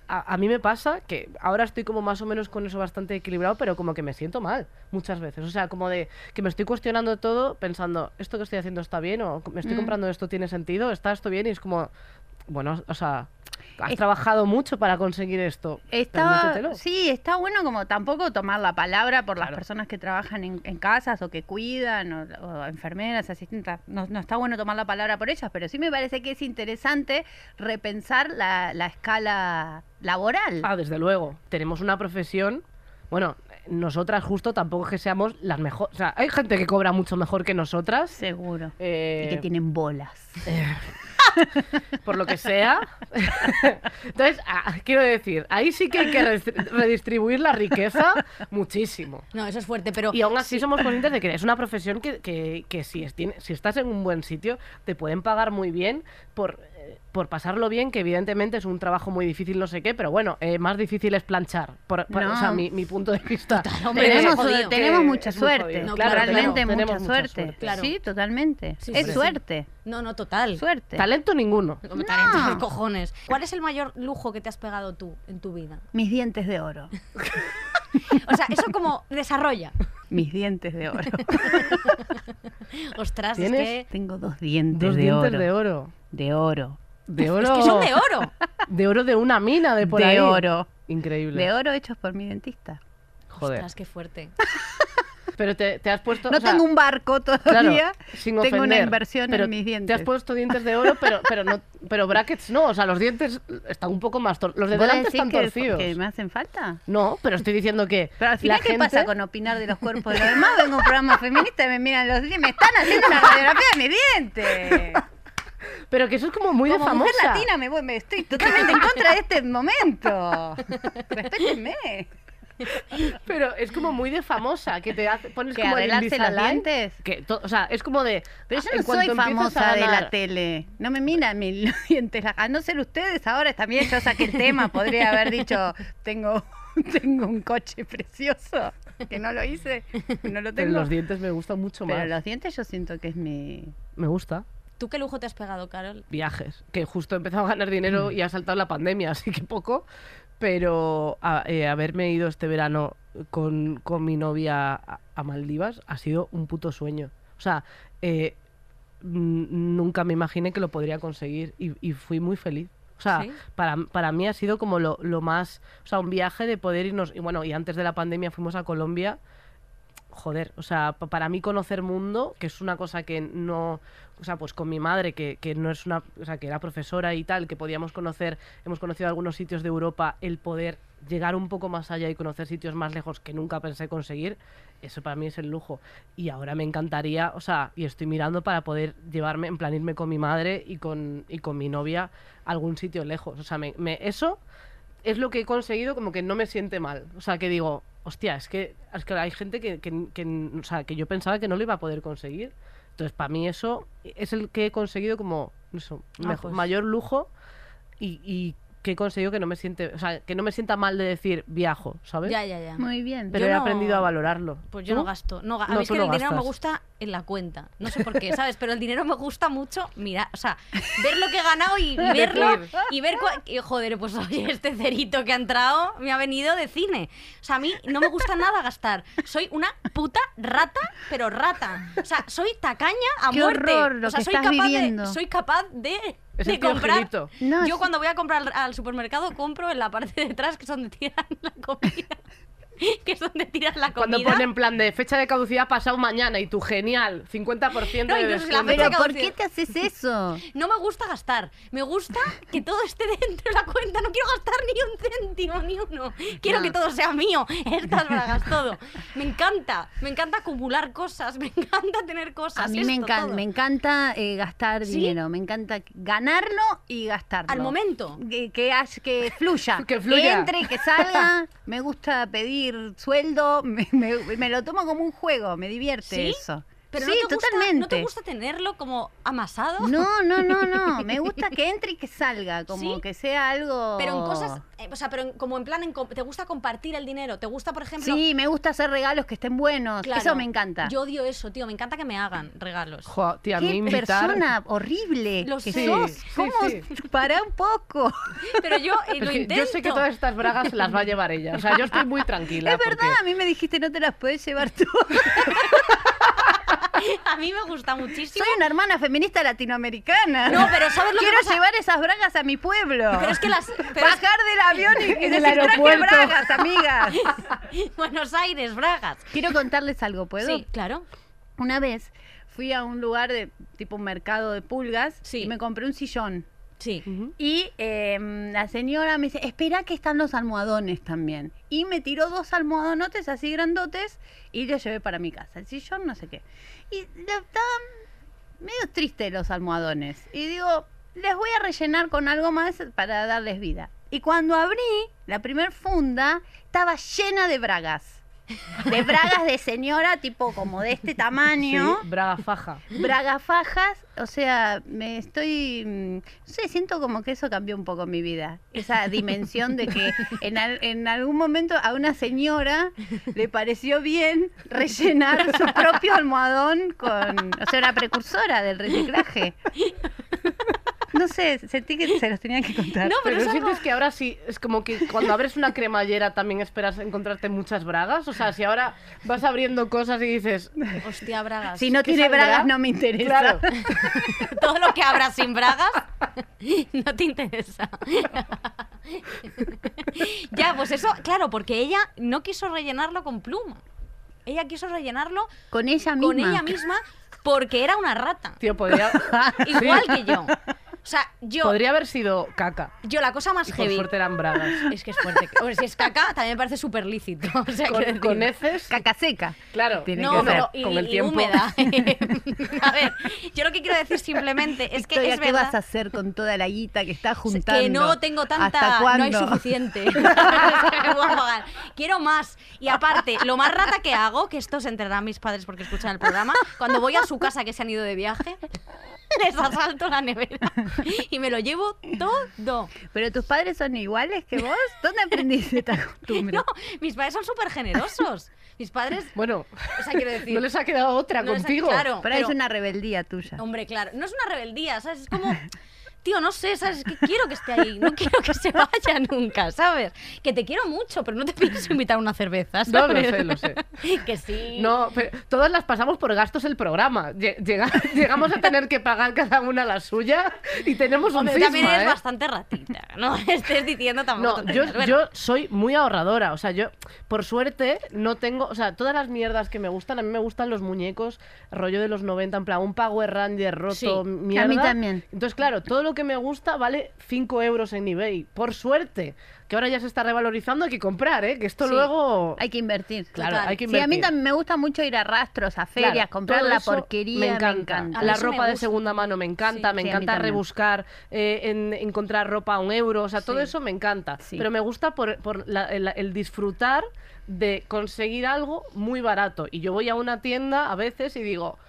B: A, a mí me pasa que ahora estoy como más o menos con eso bastante equilibrado, pero como que me siento mal muchas veces. O sea, como de que me estoy cuestionando todo pensando, ¿esto que estoy haciendo está bien? ¿O me estoy
D: Mm.
B: comprando esto tiene sentido? ¿Está esto bien? Y es como, bueno, o sea, has
D: Es-
B: trabajado mucho para conseguir esto.
D: Está,
B: permítetelo.
D: sí, está bueno como tampoco tomar la palabra por las
B: Claro.
D: personas que trabajan en, en casas o que cuidan o, o enfermeras, asistentes. No, no está bueno tomar la palabra por ellas, pero sí me parece que es interesante repensar la, la escala laboral.
B: Ah, desde luego. Tenemos una profesión. Bueno, nosotras justo tampoco es que seamos las mejores. O sea, hay gente que cobra mucho mejor que nosotras.
D: Seguro.
B: eh,
D: y que tienen bolas.
B: por lo que sea. (laughs) Entonces, ah, quiero decir, ahí sí que hay que restri- redistribuir la riqueza muchísimo.
C: No, eso es fuerte, pero
B: Y aún así somos conscientes de que es una profesión que, que, que si, es- tiene- si estás en un buen sitio, te pueden pagar muy bien por, eh, por pasarlo bien, que evidentemente es un trabajo muy difícil, no sé qué, pero bueno, eh, más difícil es planchar, por, por-
D: No.
B: o sea, mi, mi punto de vista.
C: hombre,
D: Tenemos,
C: es jodido.
B: que
D: tenemos mucha
B: es muy
D: suerte,
B: jodido.
C: No, claro,
D: realmente
B: tenemos-
D: mucha,
B: tenemos
D: suerte.
C: Claro.
D: Sí, totalmente.
C: Sí,
D: es
C: sí, sí.
D: suerte,
C: no, no, total.
D: suerte.
B: Talento ninguno.
C: Como talento,
D: No.
C: qué cojones. ¿Cuál es el mayor lujo que te has pegado tú en tu vida?
D: Mis dientes de oro.
C: O sea, eso como desarrolla.
B: (laughs)
D: Mis dientes de oro.
C: Ostras, es
B: ¿Tienes?
C: que,
D: Tengo dos dientes,
B: Dos
D: de,
B: dientes
D: oro,
B: de oro.
D: De oro.
B: De oro.
C: es que son de oro.
B: De oro de una mina de por
D: De
B: ahí.
D: oro.
B: Increíble.
D: De oro hechos por mi dentista.
B: (laughs) Joder.
C: Ostras, qué fuerte.
B: Pero te, te has puesto.
D: No
B: o sea,
D: tengo un barco
B: (laughs) Claro,
D: todavía.
B: sin
D: tengo una
B: ofender,
D: inversión
B: pero
D: en mis dientes.
B: Te has puesto dientes de oro, pero, pero, no, pero brackets no. O sea, los dientes están un poco más torcidos. Los de
D: ¿Vos
B: delante
D: decís
B: están
D: que-
B: torcidos.
D: que me hacen falta?
B: No, pero estoy diciendo que.
D: Pero al final,
B: la
D: ¿qué
B: gente...
D: pasa con opinar de los cuerpos de los demás? Vengo a un programa feminista y me miran los dientes. Me están haciendo una radiografía de mis dientes.
B: Pero que eso es como muy
D: Como
B: de famosa.
D: mujer
B: (laughs)
D: latina me, voy- me estoy totalmente en contra de este momento. Respétenme.
B: Pero es como muy de famosa, que te hace, pones
D: ¿Que
B: como el
D: arreglarse los
B: Invisalign,
D: dientes?
B: Que to- o sea, es como de...
D: Pero
B: ah,
D: yo no
B: en cuanto
D: soy
B: empiezas
D: famosa
B: a
D: de la
B: ganar-
D: tele. No me miran (laughs) mis dientes. A no ser ustedes ahora también. Yo saqué el tema. Podría haber dicho, tengo, (laughs) tengo un coche precioso. Que no lo hice. No
B: Pero
D: lo tengo.
B: los dientes me gustan mucho
D: Pero
B: más.
D: los dientes yo siento que es mi...
B: Me gusta.
C: ¿Tú qué lujo te has pegado, Carol?
B: Viajes. Que justo he empezado a ganar dinero y ha saltado la pandemia, (laughs) así que poco. Pero a- eh, haberme ido este verano con, con mi novia a, a Maldivas ha sido un puto sueño. O sea, eh, n- nunca me imaginé que lo podría conseguir y, y fui muy feliz. O sea,
C: Sí.
B: para, para mí ha sido como lo, lo más, o sea, un viaje de poder irnos, y bueno, y antes de la pandemia fuimos a Colombia, joder, o sea, pa- para mí conocer mundo, que es una cosa que no, o sea, pues con mi madre, que, que no es una, o sea, que era profesora y tal, que podíamos conocer, hemos conocido algunos sitios de Europa, el poder llegar un poco más allá y conocer sitios más lejos que nunca pensé conseguir, eso para mí es el lujo. Y ahora me encantaría, o sea, y estoy mirando para poder llevarme, en plan, irme con mi madre y con, y con mi novia a algún sitio lejos. O sea, me, me- eso es lo que he conseguido, como que no me siente mal. O sea, que digo, hostia, es que, es que hay gente que, que- que- o sea, que yo pensaba que no lo iba a poder conseguir. Entonces, para mí eso es el que he conseguido como eso,
C: Ah,
B: mejor-
C: pues.
B: mayor lujo y, y que he conseguido que no me siente, o sea, que no me sienta mal de decir viajo, ¿sabes?
C: Ya, ya, ya.
D: Muy bien.
B: Pero
C: Yo
B: he
C: no-
B: aprendido a valorarlo.
C: Pues yo
B: ¿Tú?
C: no gasto. No, ga- a
B: No,
C: mí es
B: tú
C: que
B: no
C: el dinero me
B: gastas.
C: gusta en la cuenta. No sé por
D: (laughs)
C: qué, ¿sabes? Pero el dinero me gusta mucho mira, o sea, ver lo que he ganado
D: (laughs)
C: y verlo.
B: Decir.
C: Y ver. cua- y, joder, pues oye, este cerito que ha entrado me ha venido de cine. O sea, a mí no me gusta nada gastar. Soy una puta rata, pero rata. O sea, soy tacaña a
D: Qué
C: muerte.
D: horror lo
C: o sea,
D: que
C: soy
D: estás
C: capaz
D: viviendo.
C: de. Soy capaz de.
B: Es
C: de
B: el tío
C: comprar.
B: Gilito.
D: No,
C: yo
D: es-
C: cuando voy a comprar al, al supermercado compro en la parte de atrás que es donde tiran la comida. (laughs) que es donde tiran la comida.
B: Cuando ponen plan de fecha de caducidad pasado mañana y tú genial, 50%
C: (laughs) No,
B: de
C: incluso la
B: descuento.
D: Pero
C: Venga,
D: ¿por
C: Lucía.
D: qué te
B: (laughs)
D: haces eso?
C: No me gusta gastar, me gusta que todo esté dentro de la cuenta. No quiero gastar ni un céntimo, ni uno. Quiero
D: No.
C: que todo sea mío. Estas bragas, todo. Me encanta, me encanta acumular cosas, me encanta tener cosas.
D: A mí me,
C: esto,
D: encan-
C: todo.
D: me encanta eh, gastar
C: ¿Sí?
D: dinero, me encanta ganarlo y gastarlo.
C: Al momento.
D: Que, que, hay- que
C: (laughs)
D: fluya,
B: Que fluya.
D: entre, que salga. (laughs) Me gusta pedir sueldo, me, me- me lo tomo como un juego, me divierte
C: ¿Sí?
D: eso.
C: Pero
D: sí,
C: no, te gusta,
D: totalmente.
C: ¿no te gusta tenerlo como amasado?
D: No, no,
C: (laughs)
D: no, no. Me gusta que entre y que salga, como
C: ¿Sí?
D: que sea algo.
C: Pero en cosas, eh, o sea, pero en- como en plan, en com- te gusta compartir el dinero, te gusta, por ejemplo...
D: Sí, me gusta hacer regalos que estén buenos.
C: Claro,
D: eso me encanta.
C: Yo odio eso, tío, me encanta que me hagan regalos.
B: Jo, tía, a mí
D: Qué
B: invitar-
D: persona horrible
C: Lo
D: que
C: sé.
D: sos.
B: Sí, sí,
D: ¿Cómo?
B: sí.
D: Pará un poco.
C: Pero yo
D: (laughs)
C: eh,
B: Pero es
C: lo
B: que
C: intento.
B: yo sé que todas estas bragas las va a llevar ella. O sea, yo estoy muy tranquila.
D: Es verdad, a
B: porque-
D: mí me dijiste no te las puedes llevar tú.
C: (laughs) A mí me gusta muchísimo.
D: Soy una hermana feminista latinoamericana.
C: No, pero ¿sabes lo que
D: Quiero
C: pasa?
D: llevar esas bragas a mi pueblo.
C: Pero es
B: (laughs)
C: que las. pero es-
D: Bajar del avión
C: (laughs)
D: y que
B: En el
D: decir, "Traje
B: aeropuerto".
D: bragas, amigas.
C: Buenos Aires, Bragas.
D: Quiero contarles algo, ¿puedo?
C: Sí, claro.
D: Una vez fui a un lugar de tipo un mercado de pulgas
C: Sí.
D: y me compré un sillón.
C: Sí.
B: Ujú.
D: Y eh, la señora me dice, espera que están los almohadones también. Y me tiró dos almohadonotes así grandotes y los llevé para mi casa. El sillón, no sé qué. Y lo- estaban medio tristes los almohadones. Y digo, les voy a rellenar con algo más para darles vida. Y cuando abrí la primer funda, estaba llena de bragas. De bragas de señora, tipo como de este tamaño
B: (laughs) Sí, braga faja.
D: bragafajas, o sea, me estoy, mm, no sé, siento como que eso cambió un poco mi vida, esa dimensión de que en, al- en algún momento a una señora le pareció bien rellenar su propio almohadón con, o sea, una precursora del reciclaje. No sé, sentí que se los tenía que contar.
C: No,
B: Pero
C: pero es algo-
B: sientes que ahora sí, es como que cuando abres una cremallera también esperas encontrarte muchas bragas. O sea, si ahora vas abriendo cosas y dices,
C: Hostia, Bragas.
D: si no
B: ¿qué
D: tiene
B: saldrá?
D: bragas no me interesa.
B: claro,
C: (laughs) Todo lo que abras sin Bragas (laughs) no te interesa. (laughs) ya, pues eso, claro, porque ella no quiso rellenarlo con pluma. Ella quiso rellenarlo
D: Con ella
B: (laughs)
D: misma.
C: con ella misma porque era una rata.
B: tío, podría.
C: (laughs) Igual que yo. O sea, yo,
B: Podría haber sido caca.
C: yo la cosa más
B: Y por
C: heavy.
B: suerte eran
C: (laughs)
B: bragas.
C: Es que es fuerte. Hombre, si es caca, también me parece súper lícito. (laughs) O sea, quiero
B: Con,
C: decir-
B: con heces.
D: Caca seca.
B: Claro.
D: Tiene
C: No,
D: que ser.
C: pero y,
B: con el
C: y
B: tiempo.
C: húmeda.
D: (laughs)
C: (laughs) a ver, yo lo que quiero decir simplemente es que
D: Victoria,
C: es
D: ¿Qué
C: verdad.
D: vas a hacer con toda la guita
C: (laughs)
D: que estás juntando?
C: que no tengo
D: ¿Hasta
C: tanta, no
D: cuándo?
C: hay suficiente. (laughs) Es que me voy a ahogar. Quiero más. Y aparte, lo más rata que hago, que esto se enterarán mis padres porque escuchan el programa, cuando voy a su casa que se han ido de viaje, (laughs) les asalto la nevera y me lo llevo todo.
D: (laughs) ¿Pero tus padres son iguales que vos? ¿Dónde aprendiste esta costumbre?
C: (laughs) No, mis padres son súper generosos. Mis padres,
B: Bueno, (laughs)
C: o sea, quiero decir,
B: no les ha quedado otra
C: no les ha-
B: contigo.
C: claro,
D: pero, es
C: pero-
D: una rebeldía tuya.
C: (laughs) Hombre, claro. No es una rebeldía, ¿sabes? Es como. Tío, no sé, ¿sabes? Es Que quiero que esté ahí. No (laughs) quiero que se vaya nunca, ¿sabes? Que te quiero mucho, pero no te pienso invitar a una cerveza,
B: No, lo
C: ¿sabes?
B: sé, lo sé.
C: (laughs) Que sí.
B: No, pero todas las pasamos por gastos el programa. Lle- llega- (laughs) llegamos a tener que pagar cada una la suya y tenemos un
C: Hombre,
B: cisma,
C: también eres
B: ¿eh?
C: bastante ratita. No estés diciendo tampoco.
B: No,
C: te
B: yo,
C: creas. Bueno,
B: yo soy muy ahorradora. O sea, yo, por suerte, no tengo. O sea, todas las mierdas que me gustan, a mí me gustan los muñecos, rollo de los 90, en plan, un Power Ranger roto,
C: Sí, a mí
B: mierda.
D: también.
B: Entonces, claro, todo lo que me gusta vale 5 euros en eBay. Por suerte, que ahora ya se está revalorizando, hay que comprar, ¿eh? Que esto
C: Sí.
B: luego.
D: Hay que invertir.
B: Claro,
C: Total.
B: hay que
D: Sí, a mí
B: invertir.
D: también me gusta mucho ir a rastros, a
B: Claro,
D: ferias, comprar
B: todo
D: la
B: eso
D: porquería.
B: Me encanta.
C: A mí
B: La
C: eso me
B: ropa de
C: gusta.
B: segunda mano me encanta.
D: Sí,
B: me
D: sí, a mí
B: encanta
D: también.
B: rebuscar, eh, en, encontrar ropa a un euro. O sea, todo
C: Sí.
B: eso me encanta.
D: Sí.
B: Pero me gusta por, por la- el, el disfrutar de conseguir algo muy barato. Y yo voy a una tienda a veces y digo.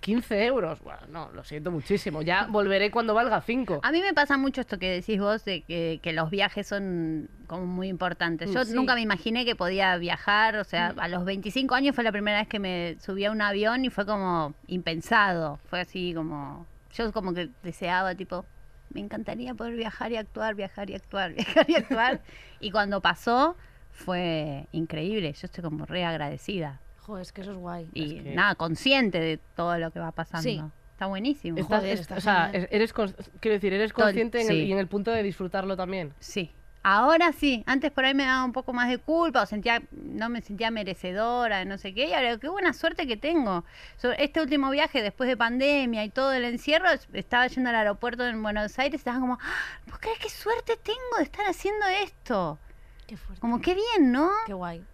B: 15 euros, bueno, no, lo siento muchísimo,
D: (laughs)
B: ya volveré cuando valga 5.
C: Ah,
D: A mí me pasa mucho esto que decís vos de que, que los viajes son como muy
B: Mm,
D: importantes. Yo
C: Sí.
D: nunca me imaginé que podía viajar, o sea, a los 25 años fue la primera vez que me subí a un avión y fue como impensado. Fue así como yo como que deseaba tipo me encantaría poder viajar y actuar, viajar y actuar, (laughs) viajar
B: (laughs)
D: y actuar. y cuando pasó fue increíble. Yo estoy como re agradecida
C: Joder, es que eso es guay.
D: y
B: Es que-
D: nada, consciente de todo lo que va pasando.
C: Sí.
D: Está buenísimo.
B: Estás-
C: joder,
B: es-
C: está
B: o sea,
C: genial.
B: eres, cons- quiero decir, eres
D: Tol-
B: consciente en el-
D: sí.
B: y en el punto de disfrutarlo también.
D: Sí. Ahora sí, antes por ahí me daba un poco más de culpa o sentía, no me sentía merecedora, no sé qué, y ahora qué buena suerte que tengo. So, este último viaje después de pandemia y todo el encierro, es- estaba yendo al aeropuerto en Buenos Aires, estaba como, "Ah, ¿vos crees qué suerte tengo de estar haciendo esto?
C: Qué fuerte.
D: Como qué bien, ¿no?
C: Qué guay.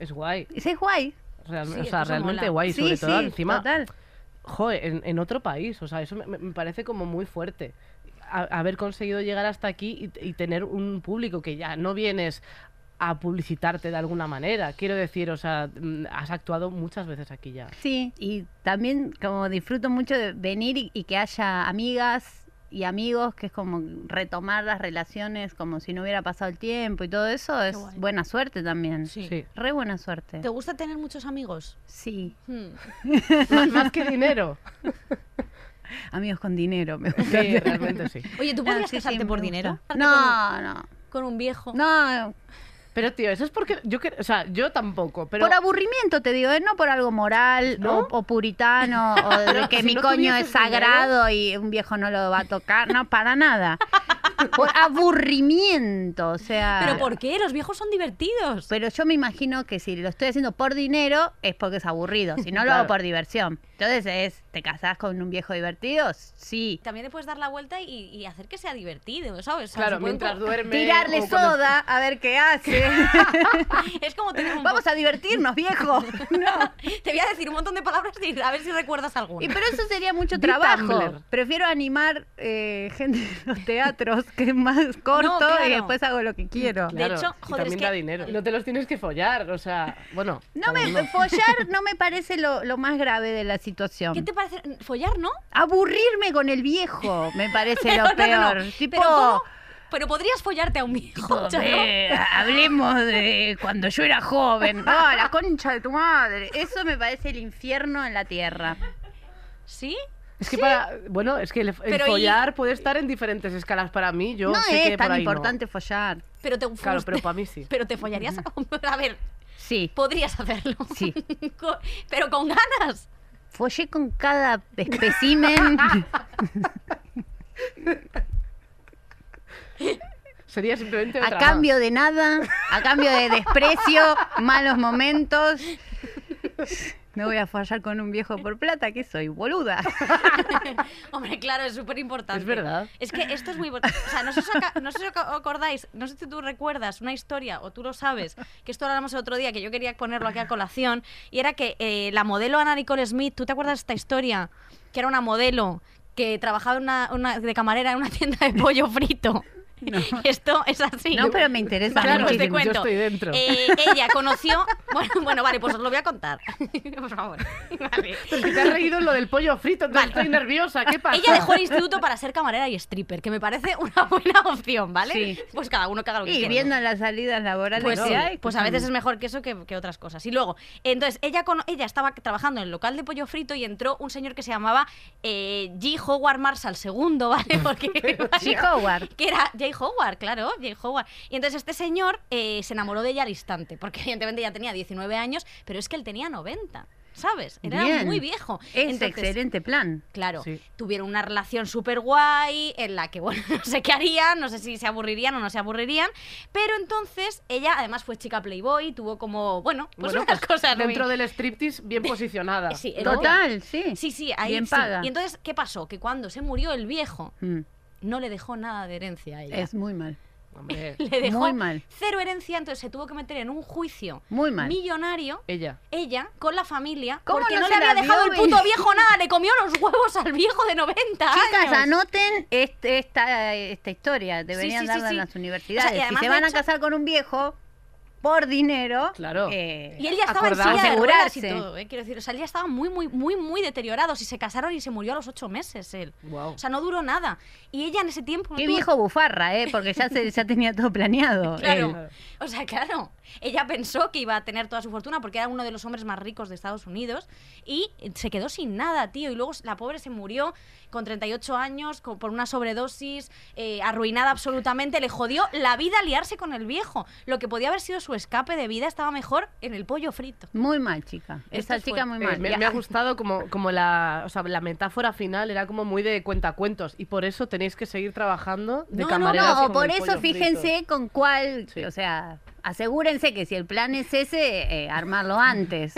B: Es guay,
D: Eso Es guay.
B: realme-
C: Sí,
B: o sea,
C: eso
B: realmente
C: mola.
B: guay,
D: sí,
B: sobre todo
D: sí,
B: encima.
D: total.
B: joder, en, en otro país. O sea, eso me, me- me parece como muy fuerte. A- haber conseguido llegar hasta aquí y, y tener un público que ya no vienes a publicitarte de alguna manera. Quiero decir, o sea, mm, has actuado muchas veces aquí
C: (laughs)
B: ya.
D: Sí, y también como disfruto mucho de venir y, y que haya amigas y amigos, que es como retomar las relaciones como si no hubiera pasado el tiempo y todo eso, es
C: guay.
D: buena suerte también.
C: Sí.
B: Sí.
D: Re buena suerte.
C: ¿Te gusta tener muchos amigos?
D: Sí,
C: Hmm.
B: Más, más que
C: (laughs)
B: dinero.
D: amigos con dinero me gusta.
B: Sí, realmente sí.
C: Oye, ¿tú podrías
D: Ah, sí, sí,
C: casarte
D: me
C: por
D: gusta.
C: dinero?
D: No, no.
C: Con un viejo.
D: No,
B: Pero tío, eso es porque yo, que- o sea, yo tampoco, pero
D: por aburrimiento te digo, ¿eh? no por algo moral
B: ¿No?
D: o, o puritano o de
B: Pero
D: que
B: si
D: mi
B: no
D: coño
B: tuvieses
D: es sagrado y un viejo no lo va a tocar, no, para nada. Por aburrimiento, o sea.
C: ¿Pero por qué? Los viejos son divertidos.
B: Pues
D: Pero yo me imagino que si lo estoy haciendo por dinero es porque es aburrido, si no lo
B: Claro.
D: hago por diversión. Entonces es, ¿te casás con un viejo divertido? Sí.
C: También le puedes dar la vuelta y, y hacer que sea divertido, ¿sabes? O sea,
B: claro,
C: se pueden
B: mientras
C: co-
B: duerme
D: Tirarle
B: o cuando-
D: soda a ver
C: (laughs)
D: qué hace.
C: Es como tener un
D: Vamos a
C: (laughs)
D: divertirnos, viejo. No.
C: Te voy a decir un montón de palabras y a ver si recuerdas alguna.
D: Y pero eso sería mucho
B: Di
D: trabajo.
B: Tumblr.
D: Prefiero animar eh, (laughs) gente en los teatros, que es más corto,
C: claro.
D: y después hago lo que quiero.
C: De
B: Claro,
C: hecho,
B: y
C: joder,
B: también
C: es que-
B: da dinero. No te los tienes que follar, o sea, bueno.
D: No me,
B: cada uno.
D: follar no me parece lo, lo más grave de la situación.
C: ¿Qué te parece? ¿Follar, no?
D: Aburrirme con el viejo me parece
C: Pero
D: lo
C: (laughs) no, no, no.
D: peor. Tipo,
C: Pero, ¿cómo? Pero podrías follarte a un viejo,
D: Tipo,
C: Charo.
D: eh, hablemos de cuando yo era joven. No, la concha de tu madre. Eso me parece el infierno en la tierra.
C: ¿Sí?
B: Es que para, bueno, es que el, el
C: Pero y- eh,
B: follar puede estar en diferentes escalas para mí. Yo
D: no
B: sé que
D: es
B: por
D: tan
B: ahí no.
D: importante follar.
C: Pero te
B: Claro,
C: fuiste-
B: pero para mí sí.
C: pero te follarías a un... (laughs) A ver,
D: Sí,
C: podrías hacerlo.
D: Sí.
C: (laughs) Co- pero con ganas.
D: follé con cada especimen.
B: Sería simplemente
D: a
B: otra
D: cambio de nada, a cambio de desprecio, malos momentos. Me voy a fallar con un viejo por plata, que soy boluda.
C: (laughs) Hombre, claro, es súper importante.
B: Es verdad.
C: Es que esto es muy importante. O sea, no sé, si os aca- no sé si os aca- acordáis, no sé si tú recuerdas una historia o tú lo sabes, que esto lo hablamos el otro día, que yo quería ponerlo aquí a colación, y era que eh, la modelo Ana Nicole Smith, ¿tú te acuerdas de esta historia? Que era una modelo que trabajaba en una, una- de camarera en una tienda de pollo
B: (laughs)
C: frito. (laughs) Esto es así.
D: No, pero me interesa.
C: Vale, pues te
D: muchísimo.
B: Yo
C: cuento.
B: estoy dentro.
C: Eh, ella conoció. (laughs) Bueno, bueno, vale, pues os lo voy a contar. (laughs) Por favor. Vale.
B: Pero que te has reído en lo del pollo frito, te
C: Vale.
B: estoy nerviosa, ¿qué pasa?
C: Ella dejó el instituto para ser camarera y stripper, que me parece una buena opción, ¿vale?
D: Sí.
C: Pues cada uno que haga lo que
D: Y
C: quiera.
D: viendo las salidas laborales
C: Pues,
D: que
C: sí,
D: hay,
C: pues a veces es mejor que eso que, que otras cosas. Y luego, entonces, ella, cono- ella estaba trabajando en el local de pollo frito y entró un señor que se llamaba eh, G. Howard Marshall II,
D: (laughs)
C: ¿vale? Porque,
D: Sí, Howard.
C: (laughs) que era Jay Howard, claro, Jay Howard. Y entonces este señor eh, se enamoró de ella al instante, porque evidentemente ya tenía 19 años, pero es que él tenía 90, ¿sabes? Era
D: Bien.
C: muy viejo.
D: Es
C: Entonces,
D: excelente plan.
C: Claro,
B: Sí.
C: tuvieron una relación súper guay en la que, bueno, (laughs) no sé qué harían, no sé si se aburrirían o no se aburrirían, pero entonces ella además fue chica Playboy, tuvo como, bueno, pues
B: Bueno,
C: unas cosas muy-
B: Dentro del striptease, bien posicionada.
C: Sí, era-
D: Total, sí.
C: Sí, sí, ahí
D: Bien
C: sí.
D: paga.
C: Y entonces, ¿qué pasó? Que cuando se murió el viejo,
D: Mm,
C: no le dejó nada de herencia a ella.
D: Es muy mal.
B: Hombre,
C: (laughs) Le dejó
D: Muy mal.
C: cero herencia, entonces se tuvo que meter en un juicio
D: Muy mal.
C: millonario
B: ella.
C: ella con la familia
D: ¿Cómo
C: porque
D: no
C: no,
D: se
C: le había
D: la
C: dejado
D: vio
C: el puto
D: venir?
C: viejo nada, le comió los huevos al viejo de 90
D: Chicas,
C: años.
D: anoten este- esta, esta historia.
C: sí, sí,
D: Deberían darla
C: sí.
D: en las universidades.
C: O sea, y
D: si
C: además,
D: se
C: de
D: van a
C: hecho-
D: casar con un viejo por dinero,
B: Claro.
D: eh,
C: Y él ya estaba
B: Acordado.
C: en silla de ruedas y
D: Asegurarse.
C: todo, ¿eh? quiero decir, o sea, él ya estaba muy, muy, muy, muy deteriorado. Si se casaron y se murió a los ocho meses él.
B: Wow.
C: O sea, no duró nada. Y ella en ese tiempo... no
D: qué
C: tuvo-
D: viejo bufarra, ¿eh? Porque ya, se, ya tenía todo (laughs) planeado. Eh,
C: Claro.
D: él.
C: O sea, claro. Ella pensó que iba a tener toda su fortuna porque era uno de los hombres más ricos de Estados Unidos y se quedó sin nada, tío. Y luego la pobre se murió con 38 años con- por una sobredosis, eh, arruinada absolutamente. Le jodió la vida liarse con el viejo. Lo que podía haber sido su escape de vida estaba mejor en el pollo frito.
D: Muy mal, chica.
C: Esto
D: Esa
C: es
D: chica muy
B: Eh,
D: mal.
B: me,
D: Ya.
B: me ha gustado como, como la, o sea, la metáfora final era como muy de cuentacuentos y por eso tenéis que seguir trabajando de
C: No, no,
B: camareras
D: No,
B: con
D: por
B: el
D: eso
B: pollo frito.
D: fíjense con cuál,
B: Sí.
D: o sea, asegúrense que si el plan es ese, eh, armarlo (laughs) antes,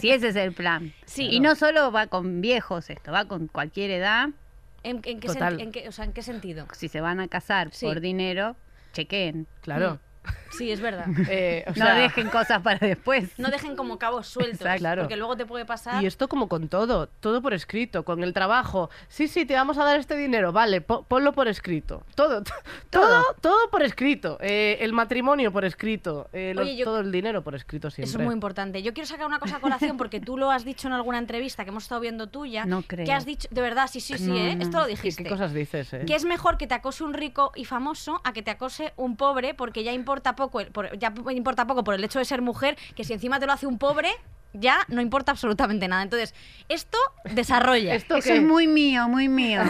D: si ese es el plan.
C: Sí.
D: Y no solo va con viejos esto, va con cualquier edad,
C: ¿En, en qué, sen-
B: Total.
C: en qué- o sea, ¿en qué sentido?
D: si se van a casar
C: Sí.
D: por dinero, chequen.
B: Claro.
C: Mm. Sí, es
B: (laughs)
C: verdad.
B: Eh, o
D: No
B: sea,
D: dejen cosas para después.
C: No dejen como cabos sueltos,
B: Exacto. Claro.
C: porque luego te puede pasar...
B: Y esto como con todo, todo por escrito, con el trabajo. Sí, sí, te vamos a dar este dinero, vale, po- ponlo por escrito. Todo, (laughs) t- todo, todo por escrito. Eh, el matrimonio por escrito, eh, los-
C: Oye, yo-
B: todo el dinero por escrito siempre.
C: Eso es muy importante. Yo quiero sacar una cosa a colación porque tú lo has dicho en alguna entrevista que hemos estado viendo tuya.
D: No
C: Que
D: creo.
C: has dicho, de verdad, sí, sí, sí,
D: No,
C: ¿eh?
D: no.
C: esto lo
B: ¿Qué,
C: dijiste.
B: qué cosas dices, eh?
C: Que es mejor que te acose un rico y famoso a que te acose un pobre porque ya importa poco, el- por, ya importa poco por el hecho de ser mujer, que si encima te lo hace un pobre, ya no importa absolutamente nada. Entonces, esto
B: (laughs)
C: desarrolla.
B: Esto
D: Eso
B: que-
D: es muy mío,
C: (laughs)
D: muy mío.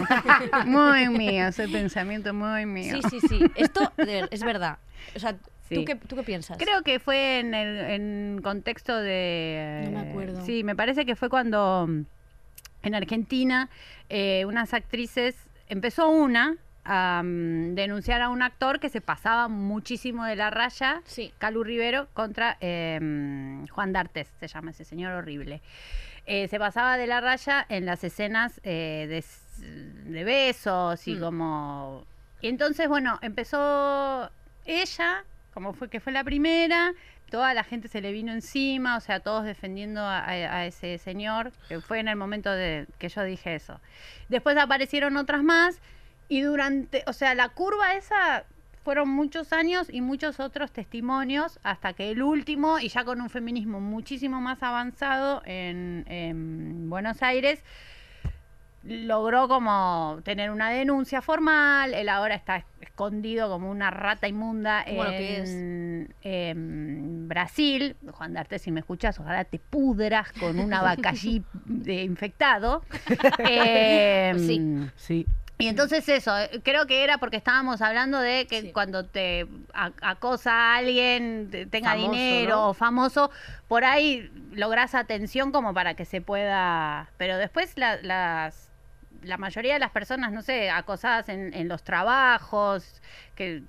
D: Muy mío, ese pensamiento muy mío.
C: Sí, sí, sí. Esto de ver- es verdad. O sea,
D: Sí.
C: ¿tú, qué, ¿tú qué piensas?
D: Creo que fue en el en contexto de...
C: No me acuerdo.
D: Sí, me parece que fue cuando mm, en Argentina eh, unas actrices, empezó una a mm, denunciar a un actor que se pasaba muchísimo de la raya,
C: Sí.
D: Calu Rivero, contra eh, mm, Juan D'Artes, se llama ese señor horrible. Eh, se pasaba de la raya en las escenas eh, de, s- de besos y
C: Mm.
D: como... Y entonces, bueno, empezó ella, como fue que fue la primera, toda la gente se le vino encima, o sea, todos defendiendo a, a- a ese señor, que fue en el momento de que yo dije eso. Después aparecieron otras más y durante, o sea, la curva esa fueron muchos años y muchos otros testimonios hasta que el último, y ya con un feminismo muchísimo más avanzado en, en Buenos Aires, logró como tener una denuncia formal, él ahora está escondido como una rata inmunda
C: Como lo que
D: en, en Brasil. Juan D'Arte, si me escuchas, ojalá te pudras con una vaca allí de infectado. Eh,
C: Sí.
B: Sí.
D: y entonces eso, eh, creo que era porque estábamos hablando de que
C: Sí.
D: cuando te a- acosa a alguien, te- tenga
B: Famoso,
D: dinero
B: ¿no?
D: o famoso, por ahí logras atención como para que se pueda... Pero después la, las, la mayoría de las personas, no sé, acosadas en, en los trabajos, que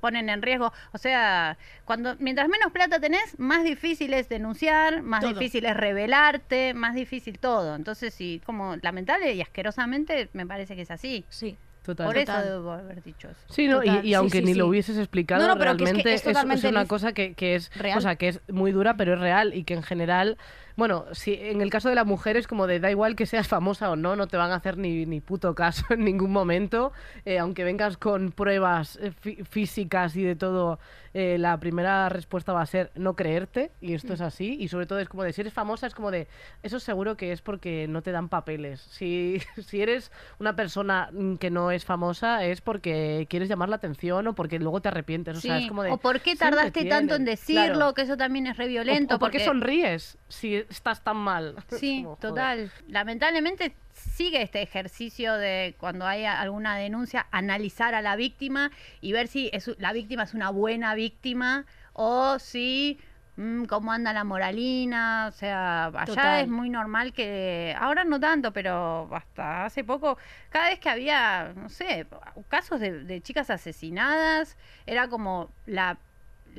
D: ponen en riesgo. O sea, cuando mientras menos plata tenés, más difícil es denunciar, más
F: Todo.
D: difícil es revelarte, más difícil todo. Entonces, sí, como lamentable y asquerosamente me parece que es así.
F: Sí.
B: Total.
D: Por eso
F: Total.
D: debo haber dicho eso.
B: Sí, no, y-
F: Total,
B: y,
F: sí,
B: aunque
F: sí,
B: ni lo
F: sí.
B: hubieses explicado,
F: No, no, pero que es que
B: realmente
F: es
B: es- es,
F: totalmente
B: una
F: dif-
B: cosa que, que es,
F: real.
B: o sea, que es muy dura, pero es real y que en general, bueno, si en el caso de la mujer es como de da igual que seas famosa o no, no te van a hacer ni, ni puto caso (laughs) en ningún momento, eh, aunque vengas con pruebas eh, fí- físicas y de todo, eh, la primera respuesta va a ser no creerte y esto es así y sobre todo es como de si eres famosa es como de eso seguro que es porque no te dan papeles. Si, (laughs) si eres una persona mm, que no es famosa es porque quieres llamar la atención o porque luego te arrepientes. O sea,
D: Sí,
B: es como de,
D: o por qué
B: siempre
D: tardaste tanto
B: tienen,
D: en decirlo,
B: claro.
D: que eso también es re
B: O-
D: violento.
B: o por qué sonríes si estás tan mal. (laughs) Es
D: Sí,
B: como, joder.
D: total. Lamentablemente sigue este ejercicio de cuando hay a- alguna denuncia, analizar a la víctima y ver si es, u- la víctima es una buena víctima o si mm, cómo anda la moralina. O sea, allá
F: Total.
D: es muy normal que, ahora no tanto, pero hasta hace poco, cada vez que había, no sé, casos de, de chicas asesinadas, era como la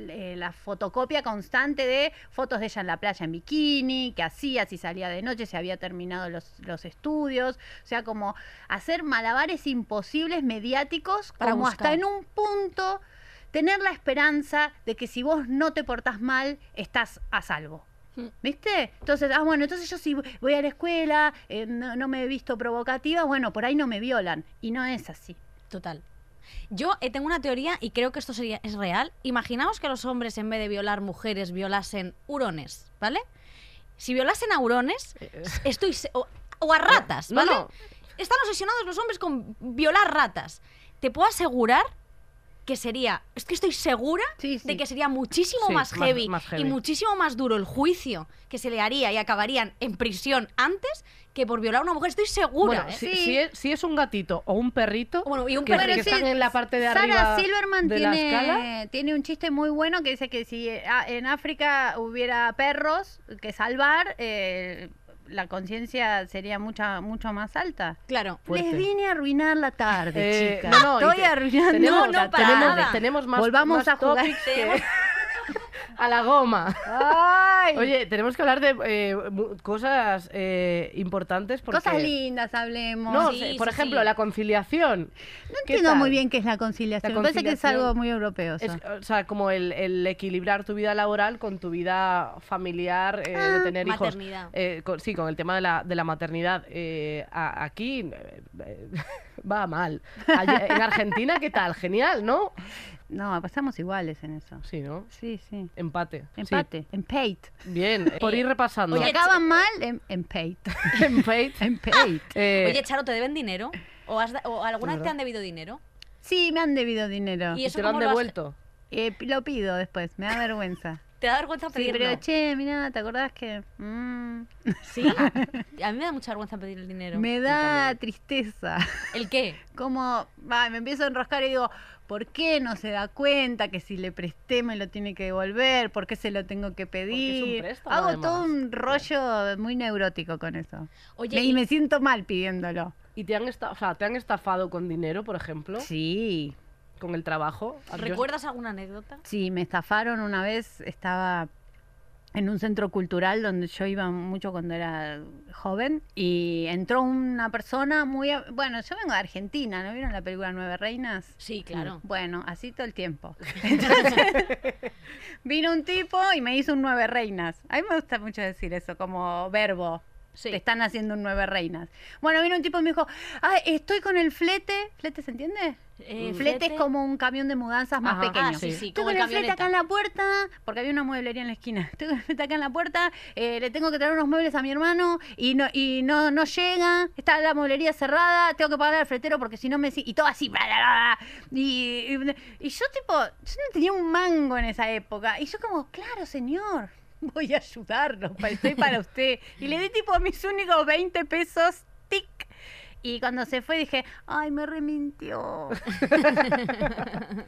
D: eh, la fotocopia constante de fotos de ella en la playa en bikini, que hacía, si salía de noche, si había terminado los, los estudios, o sea, como hacer malabares imposibles mediáticos,
F: Para
D: como hasta
F: buscar.
D: en un punto tener la esperanza de que si vos no te portás mal, estás a salvo.
F: Mm.
D: ¿Viste? Entonces, ah, bueno, entonces yo si voy a la escuela, eh, no, no me he visto provocativa, bueno, por ahí no me violan. Y no es así.
F: Total.
C: Yo eh, tengo una teoría y creo que esto sería, es real. Imaginaos que los hombres, en vez de violar mujeres, violasen hurones, ¿vale? Si violasen a hurones,
D: Eh,
C: estoy. se- O, o a ratas,
B: No,
C: ¿vale?
B: no.
C: Están obsesionados los hombres con violar ratas. Te puedo asegurar que sería. Es que estoy segura
D: Sí,
C: de que sería muchísimo
B: Sí,
C: más,
B: más-
C: heavy
B: más heavy.
C: y muchísimo más duro el juicio que se le haría y acabarían en prisión antes que por violar a una mujer. Estoy segura.
B: Bueno,
C: ¿eh?
B: si,
D: sí.
B: si es, si es un gatito o un perrito,
C: Bueno, y un
B: que,
C: perro.
D: Bueno,
B: que
D: sí,
B: están en la parte de
D: Sarah
B: arriba
D: Silverman
B: de la escala.
D: tiene, tiene un chiste muy bueno que dice que si eh, ah, en África hubiera perros que salvar, eh, la conciencia sería mucha, mucho más alta.
C: Claro.
B: Fuerte.
D: Les vine a arruinar la tarde,
B: Eh,
D: chicas.
B: no, no, y
D: Estoy
B: te-
D: arruinando.
B: Tenemos,
C: No, no, para
B: tenemos,
C: nada.
B: tenemos más,
D: Volvamos
B: más
D: a jugar. este
B: topics que- (laughs) a la goma.
D: Ay,
B: Oye, tenemos que hablar de eh, mu- cosas eh, importantes porque...
D: cosas lindas hablemos.
B: No,
C: Sí,
B: se- por
C: sí,
B: ejemplo,
C: sí.
B: la conciliación.
D: no
B: ¿qué
D: entiendo
B: tal?
D: muy bien qué es la conciliación.
B: La
D: Me parece que es algo
B: conciliación
D: muy europeo. eso.
B: Es, o sea, como el, el equilibrar tu vida laboral con tu vida familiar, eh, de tener hijos.
C: Ah, maternidad.
B: Eh, con- sí, con el tema de la, de la maternidad. eh, a- aquí eh, (laughs) va mal. Allí- en Argentina, ¿qué tal? Genial, ¿no?
D: No, pasamos iguales en eso.
B: Sí, ¿no?
D: Sí, sí.
B: Empate. Sí,
D: Empate. Empate.
C: (laughs)
B: bien. Por ir repasando. (laughs)
D: Si acaban mal, em- empate.
C: (laughs)
B: Empate.
D: Empate.
B: Eh,
C: Oye, Charo, ¿te deben dinero? ¿O, has da- o alguna vez te han debido dinero?
D: Sí, me han debido dinero.
C: ¿Y
B: ¿y
C: eso
B: te lo han
C: cómo lo has-
B: devuelto.
D: Eh, p- lo pido después, me da
B: (laughs)
D: vergüenza.
C: ¿Te da vergüenza
D: Sí,
C: pedirlo?
D: pero che, mirá, ¿te acordás que? mm,
C: Sí. A mí me da mucha vergüenza pedir el dinero.
D: me da tristeza. (laughs)
C: ¿El qué?
D: Como, va, me empiezo a enroscar y digo, ¿por qué no se da cuenta que si le presté me lo tiene que devolver? ¿Por qué se lo tengo que
B: es un
D: pedir?
B: préstamo,
D: Hago
B: además.
D: todo un rollo muy neurótico con eso.
C: Oye,
D: Me- y
C: y-
D: me siento mal pidiéndolo.
B: ¿Y te han, esta- o sea, te han estafado con dinero, por ejemplo?
D: Sí,
B: Con el trabajo. Yo-
C: (laughs) ¿Recuerdas alguna anécdota?
D: Sí, me estafaron una vez, estaba en un centro cultural donde yo iba mucho cuando era joven y entró una persona muy... a- Bueno, yo vengo de Argentina, ¿no vieron la película Nueve Reinas? Mm,
C: Sí, claro.
D: Bueno, así todo el tiempo. (laughs) Entonces, vino un tipo y me hizo un Nueve Reinas. A mí me gusta mucho decir eso como verbo.
C: Sí.
D: Te están haciendo un Nueve Reinas. Bueno, vino un tipo y me dijo, ah, estoy con el flete. ¿Flete se entiende?
C: Eh,
D: flete es como un camión de mudanzas más
B: Ajá.
D: pequeño.
C: Ah, sí,
B: Sí.
C: sí,
D: Estoy
C: como
D: con
C: el
D: el flete acá en
C: camioneta.
D: la puerta, porque había una mueblería en la esquina. (laughs) Estoy con el flete acá en la puerta, eh, le tengo que traer unos muebles a mi hermano y no y no, no llega, está la mueblería cerrada, tengo que pagar al fletero porque si no me... si- Y todo así, bla, bla, bla, bla. Y, y- y yo tipo, yo no tenía un mango en esa época. Y yo como, claro, señor, (laughs) voy a ayudarlo, pa- estoy para usted. Y le di tipo mis únicos 20 pesos, tic. Y cuando se fue dije, ay,
C: (laughs)
D: me remintió.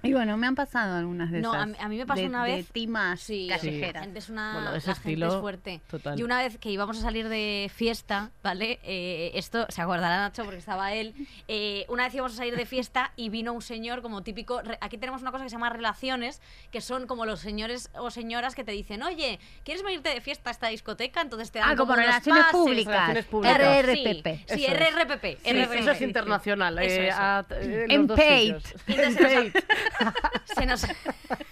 D: y bueno, me han pasado algunas de
C: No,
D: esas.
C: a mí- a mí me pasó
D: de-
C: una vez-
D: De timas
C: Sí, la
D: callejeras.
C: gente es una
B: Bueno, de ese
C: la gente
B: estilo,
C: es fuerte.
B: total.
C: Y una vez que íbamos a salir de fiesta, ¿vale? Eh, esto se acordará Nacho porque estaba él. Eh, una vez íbamos a salir de fiesta y vino un señor como típico. re- Aquí tenemos una cosa que se llama relaciones, que son como los señores o señoras que te dicen, oye, ¿quieres venirte de fiesta a esta discoteca? Entonces te dan
D: Ah, como
C: unos
D: relaciones
C: pases.
D: públicas.
B: Relaciones públicas.
D: RRPP.
C: Sí, sí,
B: Eso es.
C: RRPP.
B: Sí, eso es internacional.
C: Eso,
B: eh,
C: eso.
B: a- eh, los
D: En
B: dos
D: Paint.
B: sitios. (laughs) En
C: Entonces,
B: Paint.
C: Se nos... (laughs)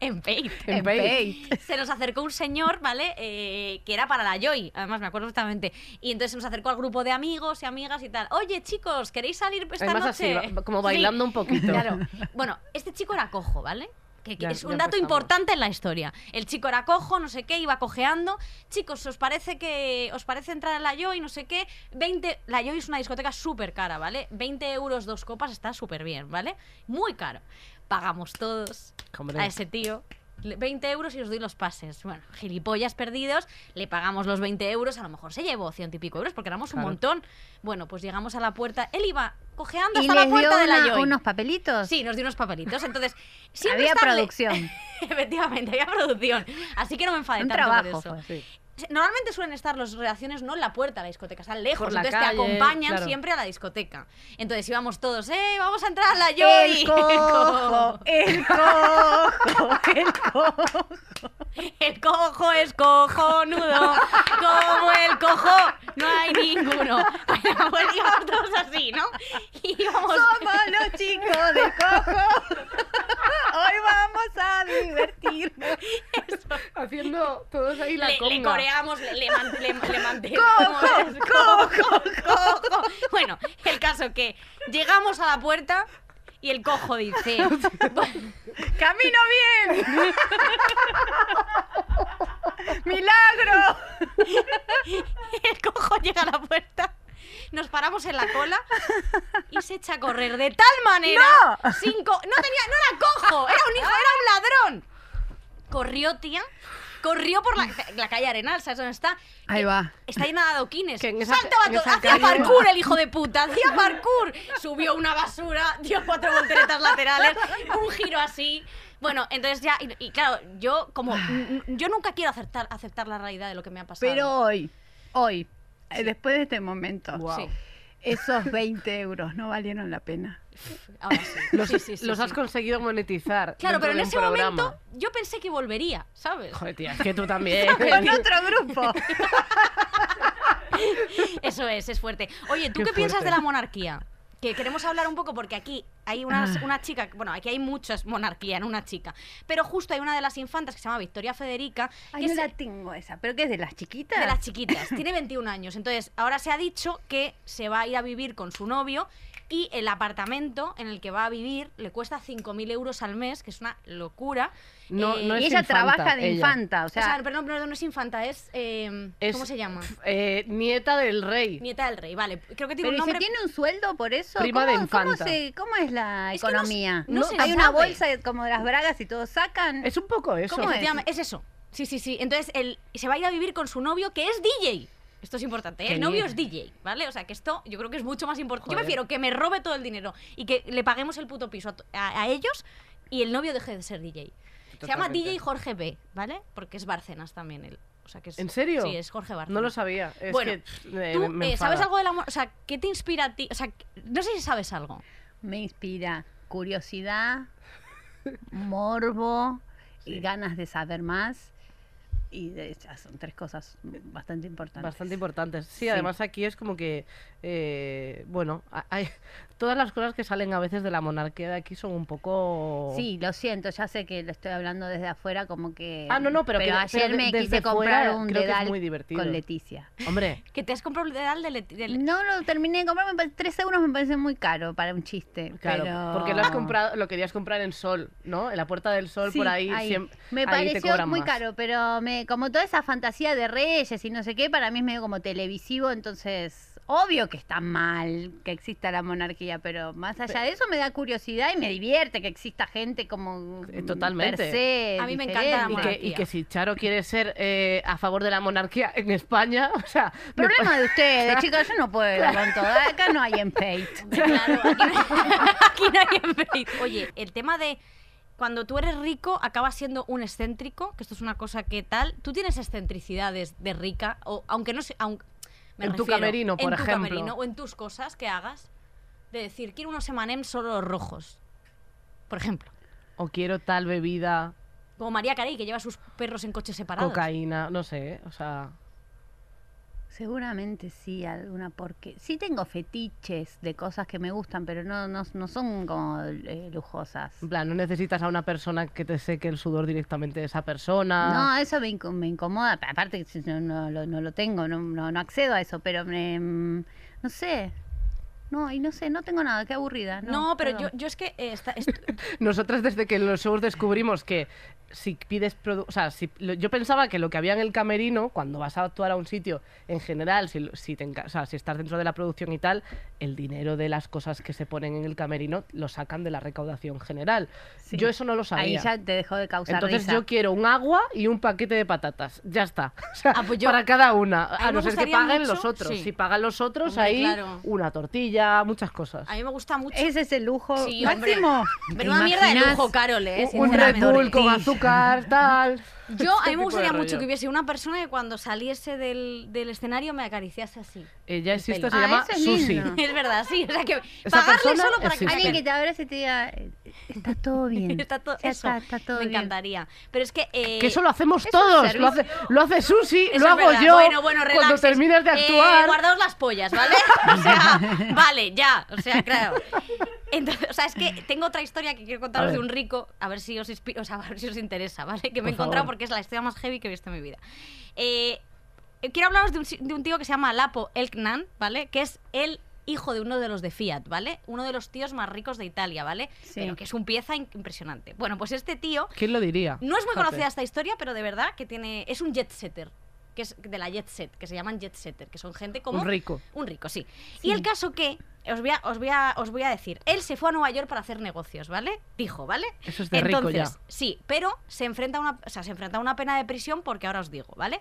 C: en Paint.
B: (laughs) En
D: En
B: Paint.
D: Paint.
C: se nos acercó un señor, ¿vale? Eh, que era para la Joy, además me acuerdo perfectamente. Y entonces se nos acercó al grupo de amigos y amigas y tal. Oye, chicos, ¿queréis salir esta
B: Además así,
C: noche?
B: ba- como
C: Sí.
B: bailando un poquito.
C: Claro. Bueno, este chico era cojo, ¿vale? Que, que
B: Ya-
C: es
B: ya
C: un dato
B: empezamos.
C: importante en la historia. El chico era cojo, no sé qué, iba cojeando. Chicos, ¿os parece que os parece entrar a la Joy, no sé qué? 20, la Joy es una discoteca súper cara, ¿vale? 20 euros dos copas está súper bien, ¿vale? Muy caro. Pagamos todos
B: Hombre.
C: a ese tío. le- 20 euros y os doy los pases. Bueno, gilipollas perdidos, le pagamos los 20 euros, a lo mejor se llevó ciento y pico euros porque éramos
B: Claro.
C: un montón. Bueno, pues llegamos a la puerta, él iba cojeando
D: Y
C: hasta la
D: les dio
C: puerta de la
D: una-
C: Joy.
D: unos papelitos.
C: Sí, nos dio unos papelitos.
D: (laughs)
C: Entonces, siempre
D: Había
C: estarle-
D: producción.
C: (laughs) Efectivamente, había producción. Así que no me enfadé
D: Un
C: tanto por
D: trabajo,
C: eso.
D: fue.
B: Sí.
C: Normalmente suelen estar las relaciones no en la puerta de la discoteca, están lejos.
B: Por la
C: entonces
B: calle,
C: te acompañan
B: claro.
C: siempre a la discoteca. Entonces íbamos todos, ¡eh! ¡Vamos a entrar a la Joy! (laughs) El
D: El cojo, el cojo, el cojo.
C: cojo es cojonudo, como el cojo, no hay ninguno. Bueno, pues íbamos todos así, ¿no? Y íbamos...
D: Somos los chicos del
C: (laughs)
D: cojo. Hoy vamos a divertirnos.
B: Haciendo todos ahí la
C: le, le
B: conga.
C: coreamos, le, le, man- le, le mantenemos.
D: Cojo, cojo.
C: cojo. Bueno, el caso que llegamos a la puerta y el cojo dice, "Bu-
D: Camino (laughs) bien. Milagro.
C: el (laughs) cojo llega a la puerta, nos paramos en la cola y se echa a correr de tal manera,
D: ¡No!
C: sin co- no tenía, no era cojo, era un hijo, era un ladrón. Corrió, tía. Corrió por la, la calle Arenal, ¿sabes dónde está?
D: Ahí
C: Que-
D: va.
C: Está llena de adoquines.
B: Que en esa-
C: Saltaba
B: en
C: todo.
B: esa
C: Hacía
B: calle-
C: parkour el hijo de puta. Hacía parkour. Subió una basura, dio cuatro volteretas laterales, un giro así. Bueno, entonces ya. Y, y claro, yo como.
B: Ah.
C: n- n- Yo nunca quiero aceptar, aceptar la realidad de lo que me ha pasado.
D: Pero hoy, hoy, eh, después de este momento,
B: Guau.
C: Sí,
D: esos 20 euros no valieron la (laughs) pena.
C: ahora Ah,
B: (laughs)
C: sí.
B: Los,
C: Sí, sí, sí,
B: los
C: sí.
B: has conseguido monetizar.
C: Claro,
B: dentro
C: pero en
B: de un
C: ese
B: programa.
C: momento yo pensé que volvería, ¿sabes?
B: Joder, tía, es que tú también.
D: Con otro (laughs) grupo.
C: (laughs) Eso es, es fuerte. Oye, ¿tú
B: Qué
C: qué, piensas de
B: fuerte.
C: la monarquía? Que queremos hablar un poco porque aquí
B: (clears throat)
C: hay unas- una chica, bueno, aquí hay muchas monarquías en una chica, pero justo hay una de las infantas que se llama Victoria Federica,
D: Ay,
C: que
D: no
C: es
D: la tengo esa, pero que es de las chiquitas.
C: de las
B: (laughs)
C: chiquitas, tiene 21 años, entonces ahora se ha dicho que se va a ir a vivir con su novio y el apartamento en el que va a vivir le cuesta 5.000 euros al mes, que es una locura.
B: No,
C: Eh,
B: no es
D: y ella
B: infanta,
D: trabaja de
B: ella.
D: infanta, o
C: O sea,
D: sea,
C: perdón, perdón, no es infanta, es, eh,
B: Es-
C: ¿Cómo
B: (laughs)
C: se llama?
B: (laughs) Eh, nieta del rey.
C: Nieta del rey, vale. Creo que tiene
D: pero
C: un
D: ¿y se
C: nombre...
D: tiene un sueldo por eso?
B: Prima de
D: ¿Cómo, cómo
B: infanta.
D: se- cómo es la
C: Es que no
D: economía?
C: se- no se
D: Hay una
C: sabe.
D: bolsa de- como de las bragas y todos sacan.
B: Es un poco eso.
D: ¿Cómo es?
C: Efectivamente, es? eso. Sí, sí, sí. Entonces, él se va a ir a vivir con su novio, que es DJ. Esto es importante. ¿eh?
B: Qué
C: El novio
B: bien.
C: es DJ, ¿vale? O sea, que esto yo creo que es mucho más importante. Yo
B: Joder.
C: prefiero que me robe todo el dinero y que le paguemos el puto piso a, to- a- a ellos y el novio deje de ser DJ. Se llama
B: Totalmente.
C: DJ Jorge B, ¿vale? Porque es Bárcenas también él. O sea, que es-
B: ¿En serio?
C: Sí, es Jorge Bárcenas.
B: No lo sabía. Es
C: Bueno,
B: que, eh,
C: ¿Tú
B: me- me
C: eh, sabes
B: enfada.
C: algo de la... mo- O sea, ¿qué te inspira a ti? O sea, no sé si sabes algo.
D: Me inspira curiosidad, morbo y ganas de saber más. Y de esas son tres cosas bastante importantes.
B: Bastante importantes. Sí,
D: Sí.
B: además aquí es como que, eh, bueno, a- hay- todas las cosas que salen a veces de la monarquía de aquí son un poco...
D: Sí, lo siento, ya sé que lo estoy hablando desde afuera como que...
B: Ah, no, no, pero que-
D: pero ayer
B: pero de-
D: me
B: desde
D: quise comprar
B: fuera
D: un
B: creo que es
D: dedal
B: muy divertido.
D: con Leticia.
B: Hombre,
C: Que te has comprado el dedal de... Leti- de-
D: No lo terminé de comprar, me pare- tres euros me parece muy caro para un chiste.
B: claro,
D: pero-
B: porque lo has comprado, lo querías comprar en Sol, ¿no? En la Puerta del Sol,
D: Sí,
B: por ahí, siempre...
D: me pareció muy caro, pero me, como toda esa fantasía de reyes y no sé qué, para mí es medio como televisivo, entonces Obvio que está mal que exista la monarquía, pero más allá de eso me da curiosidad y me divierte que exista gente como
B: Eh, totalmente.
D: per se,
C: A mí me
D: diferente.
C: encanta la
B: Y que, y
C: monarquía.
B: que si Charo quiere ser eh, a favor de la monarquía en España, (laughs) o sea, me
D: Problema de ustedes,
B: (laughs)
D: chicos, yo no puedo ir con todo. Acá no hay empate.
C: Claro, aquí
B: (laughs)
C: no, aquí no hay embrace. Oye, el tema de cuando tú eres rico acabas siendo un excéntrico, que esto es una cosa que tal. Tú tienes excentricidades de rica, o aunque no sé, aunque, me
B: En tu
C: refiero,
B: camerino, por
C: en tu
B: ejemplo.
C: camerino, o en tus cosas que hagas, de decir quiero unos M&M solo rojos, por ejemplo.
B: o quiero tal bebida,
C: Como María Carey que lleva sus perros en coches separados.
B: cocaína, no sé, eh, o sea,
D: Seguramente sí, alguna porque sí tengo fetiches de cosas que me gustan, pero no, no, no son como eh, lujosas.
B: en plan, no necesitas a una persona que te seque el sudor directamente de esa
D: No,
B: persona.
C: Ah.
D: eso me, inco- me incomoda. pa- Aparte, que no, no, lo- no lo tengo, no, no, no accedo a eso, pero me, mm, no sé. No, y no sé, no tengo nada, qué aburrida. No,
C: No, pero yo,
D: perdón.
C: yo es que eh, está- est-
B: Nosotras desde que en los shows descubrimos que si pides produ- o sea, si lo- yo pensaba que lo que había en el camerino, cuando vas a actuar a un sitio, en general, si, lo- si, te enca- o sea, si estás dentro de la producción y tal, el dinero de las cosas que se ponen en el camerino lo sacan de la recaudación general.
D: Sí.
B: Yo eso no lo sabía.
D: Ahí ya te dejó de causar
B: Entonces
D: risa.
B: yo quiero un agua y un paquete de patatas. Ya está. (laughs) O sea,
C: Ah, pues yo-
B: para cada una.
C: mí
B: A,
C: me
B: no ser que
C: gustaría
B: paguen
C: mucho-
B: los otros.
C: sí.
B: Si pagan los otros,
C: Hombre,
B: ahí
C: claro.
B: una tortilla, muchas cosas.
C: a mí me gusta mucho.
D: Ese es el lujo
C: Sí, hombre.
D: máximo.
C: Pero
D: ¿Te
C: una mierda de
D: imaginas?
C: lujo, Carol, ¿eh?
D: Un-
B: un Red
D: sinceramente.
B: Bull con
D: Sí.
B: azúcar, tal.
C: Yo, a
B: Este
C: mí me
B: tipo de
C: gustaría mucho
B: rollo.
C: que hubiese una persona que cuando saliese del, del escenario me acariciase así.
B: Ella existe,
C: pelo.
B: se
D: Ah,
B: llama
D: eso es
B: Susi.
D: lindo.
C: (laughs) Es verdad, sí. O sea, que
B: Esa
C: pagarle
B: persona
C: solo para que
B: existe.
D: Alguien que
C: me
D: te abrace y te diga, eh, está todo bien.
C: acariciase. (laughs) Está todo,
D: Ya
C: eso,
D: está, está todo
C: me
D: bien.
C: encantaría. Pero es que... eh,
B: Que eso lo hacemos
D: es un
B: todos. Lo hace, lo hace Susi,
C: eso
B: lo
C: es
B: hago
C: verdad.
B: yo.
C: Bueno, bueno,
B: cuando
C: relaxes.
B: terminas de
C: Eh,
B: actuar.
C: guardaos las pollas, ¿vale? (laughs)
B: (laughs)
C: O sea, vale, ya. O sea, claro. Entonces, o sea, es que tengo otra historia que quiero
B: A
C: contaros de
B: ver.
C: un rico, a ver si os inspi- o sea, (laughs) a ver si os interesa, ¿vale? Que me he
B: Por
C: encontrado
B: favor.
C: porque es la historia más heavy que he visto en mi vida. Eh, eh, quiero hablaros de un, si- de un tío que se llama Lapo Elknan, ¿vale? Que es el hijo de uno de los de Fiat, ¿vale? Uno de los tíos más ricos de Italia, ¿vale?
D: Sí.
C: Pero que es un pieza in- impresionante. Bueno, pues este tío
B: ¿Quién lo diría?
C: no es muy
B: Fíjate.
C: conocida esta historia, pero de verdad que tiene. Es un jet setter. Que es de la jet set, que se llaman jet setter, que son gente como.
B: Un rico.
C: Un rico, sí. Y el caso que. Os voy, a, os, voy a, os voy a decir, él se fue a Nueva York para hacer negocios, ¿vale? Dijo, ¿vale?
B: Eso es de rico ya.
C: Sí, pero se enfrenta, a una, o sea, se enfrenta a una pena de prisión porque ahora os digo, ¿vale?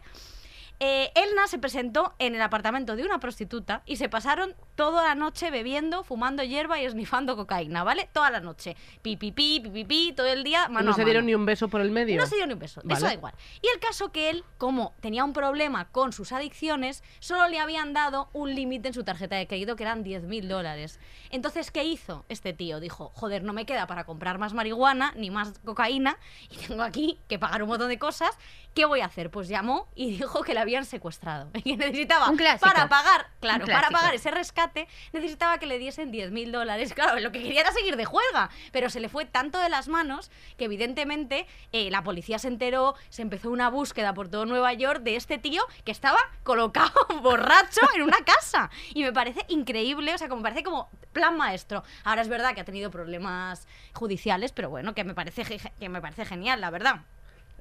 C: Eh, Elna se presentó en el apartamento de una prostituta y se pasaron toda la noche bebiendo, fumando hierba y esnifando cocaína, ¿vale? Toda la noche. Pi, pi, pi, pi, pi, pi, todo el día.
B: Y
C: Mano
B: no
C: a
B: se dieron
C: mano.
B: ni un beso por el medio.
C: No se dio ni un beso, eso
B: Vale.
C: da igual. Y el caso que él, como tenía un problema con sus adicciones, solo le habían dado un límite en su tarjeta de crédito que eran 10.000 dólares. Entonces, ¿qué hizo este tío? Dijo, joder, no me queda para comprar más marihuana ni más cocaína y tengo aquí que pagar un montón de cosas. ¿Qué voy a hacer? Pues llamó y dijo que le habían secuestrado (laughs) y que necesitaba
D: Un clásico.
C: para pagar, claro,
D: Un
C: para
D: clásico.
C: pagar ese rescate necesitaba que le diesen 10.000 dólares. (laughs) Claro, lo que quería era seguir de juelga, pero se le fue tanto de las manos que evidentemente eh, la policía se enteró, se empezó una búsqueda por todo Nueva York de este tío que estaba colocado (laughs) borracho en una casa. Y me parece increíble, o sea, como me parece como plan maestro. Ahora es verdad que ha tenido problemas judiciales, pero bueno, que me parece, ge- que me parece genial, la verdad.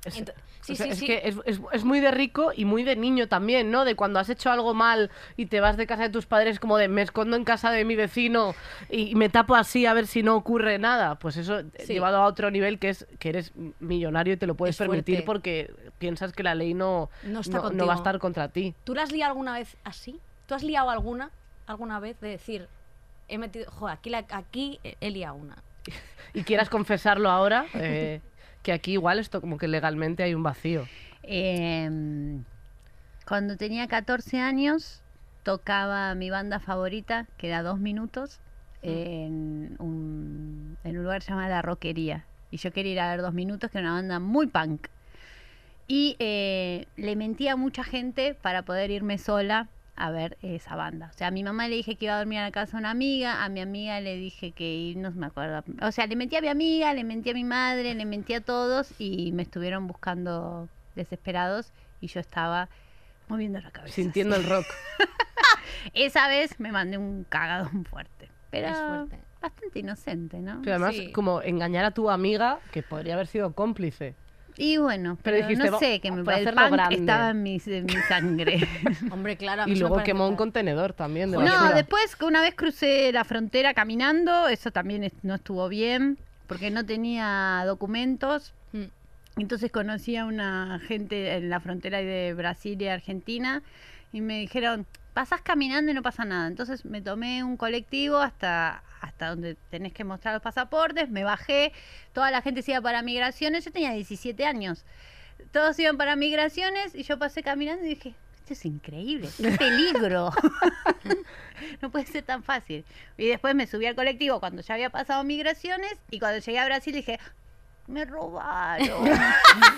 B: Es-
C: Ento- sí,
B: o sea,
C: sí,
B: es
C: sí.
B: que es, es- es muy de rico y muy de niño también, ¿no? De cuando has hecho algo mal y te vas de casa de tus padres como de me escondo en casa de mi vecino y, y me tapo así a ver si no ocurre nada. Pues eso eh,
C: Sí.
B: llevado a otro nivel que es que eres millonario y te lo puedes
C: Es
B: permitir
C: fuerte.
B: porque piensas que la ley no,
C: No está
B: va
C: contigo.
B: a estar contra ti.
C: ¿Tú la has liado alguna vez así? ¿Tú has liado alguna alguna vez de decir, he metido, joder, aquí, la, aquí he liado una?
B: Y quieras confesarlo
C: (laughs)
B: ahora, eh, que aquí igual esto como que legalmente hay un vacío.
D: Eh, cuando tenía 14 años, tocaba mi banda favorita, que era dos minutos, en un, en un lugar llamado La Roquería. Y yo quería ir a ver dos minutos, que era una banda muy punk. Y eh, le mentía a mucha gente para poder irme sola a ver esa banda. O sea, a mi mamá le dije que iba a dormir a la casa de una amiga, a mi amiga le dije que irnos, me acuerdo. O sea, le mentí a mi amiga, le mentí a mi madre, le mentí a todos y me estuvieron buscando desesperados y yo estaba moviendo la cabeza.
B: Sintiendo el rock.
D: así. Esa vez me mandé un cagadón fuerte. Pero
C: Es fuerte.
D: bastante inocente, ¿no?
B: Pero además,
C: Sí.
B: como engañar a tu amiga que podría haber sido cómplice.
D: Y bueno,
B: Pero
D: pero,
B: dijiste,
D: no
B: va-
D: sé, que me
B: por
D: el
B: hacerlo
D: punk
B: grande.
D: estaba en mi, en mi
B: (laughs)
D: sangre.
C: Hombre, claro. a mí
B: Y
C: eso Ah, me
B: luego
C: parece
B: quemó un
C: fatal.
B: contenedor también de
D: no,
B: basura.
D: después que una vez crucé la frontera caminando, eso también es- no estuvo bien, porque no tenía documentos.
C: Mm.
D: Entonces conocí a una gente en la frontera de Brasil y Argentina y me dijeron, pasás caminando y no pasa nada. Entonces me tomé un colectivo hasta, hasta donde tenés que mostrar los pasaportes, me bajé, toda la gente se iba para migraciones, yo tenía 17 años. Todos iban para migraciones y yo pasé caminando y dije, esto es increíble, qué peligro. (laughs) no puede ser tan fácil. Y después me subí al colectivo cuando ya había pasado migraciones y cuando llegué a Brasil dije, me robaron. (laughs)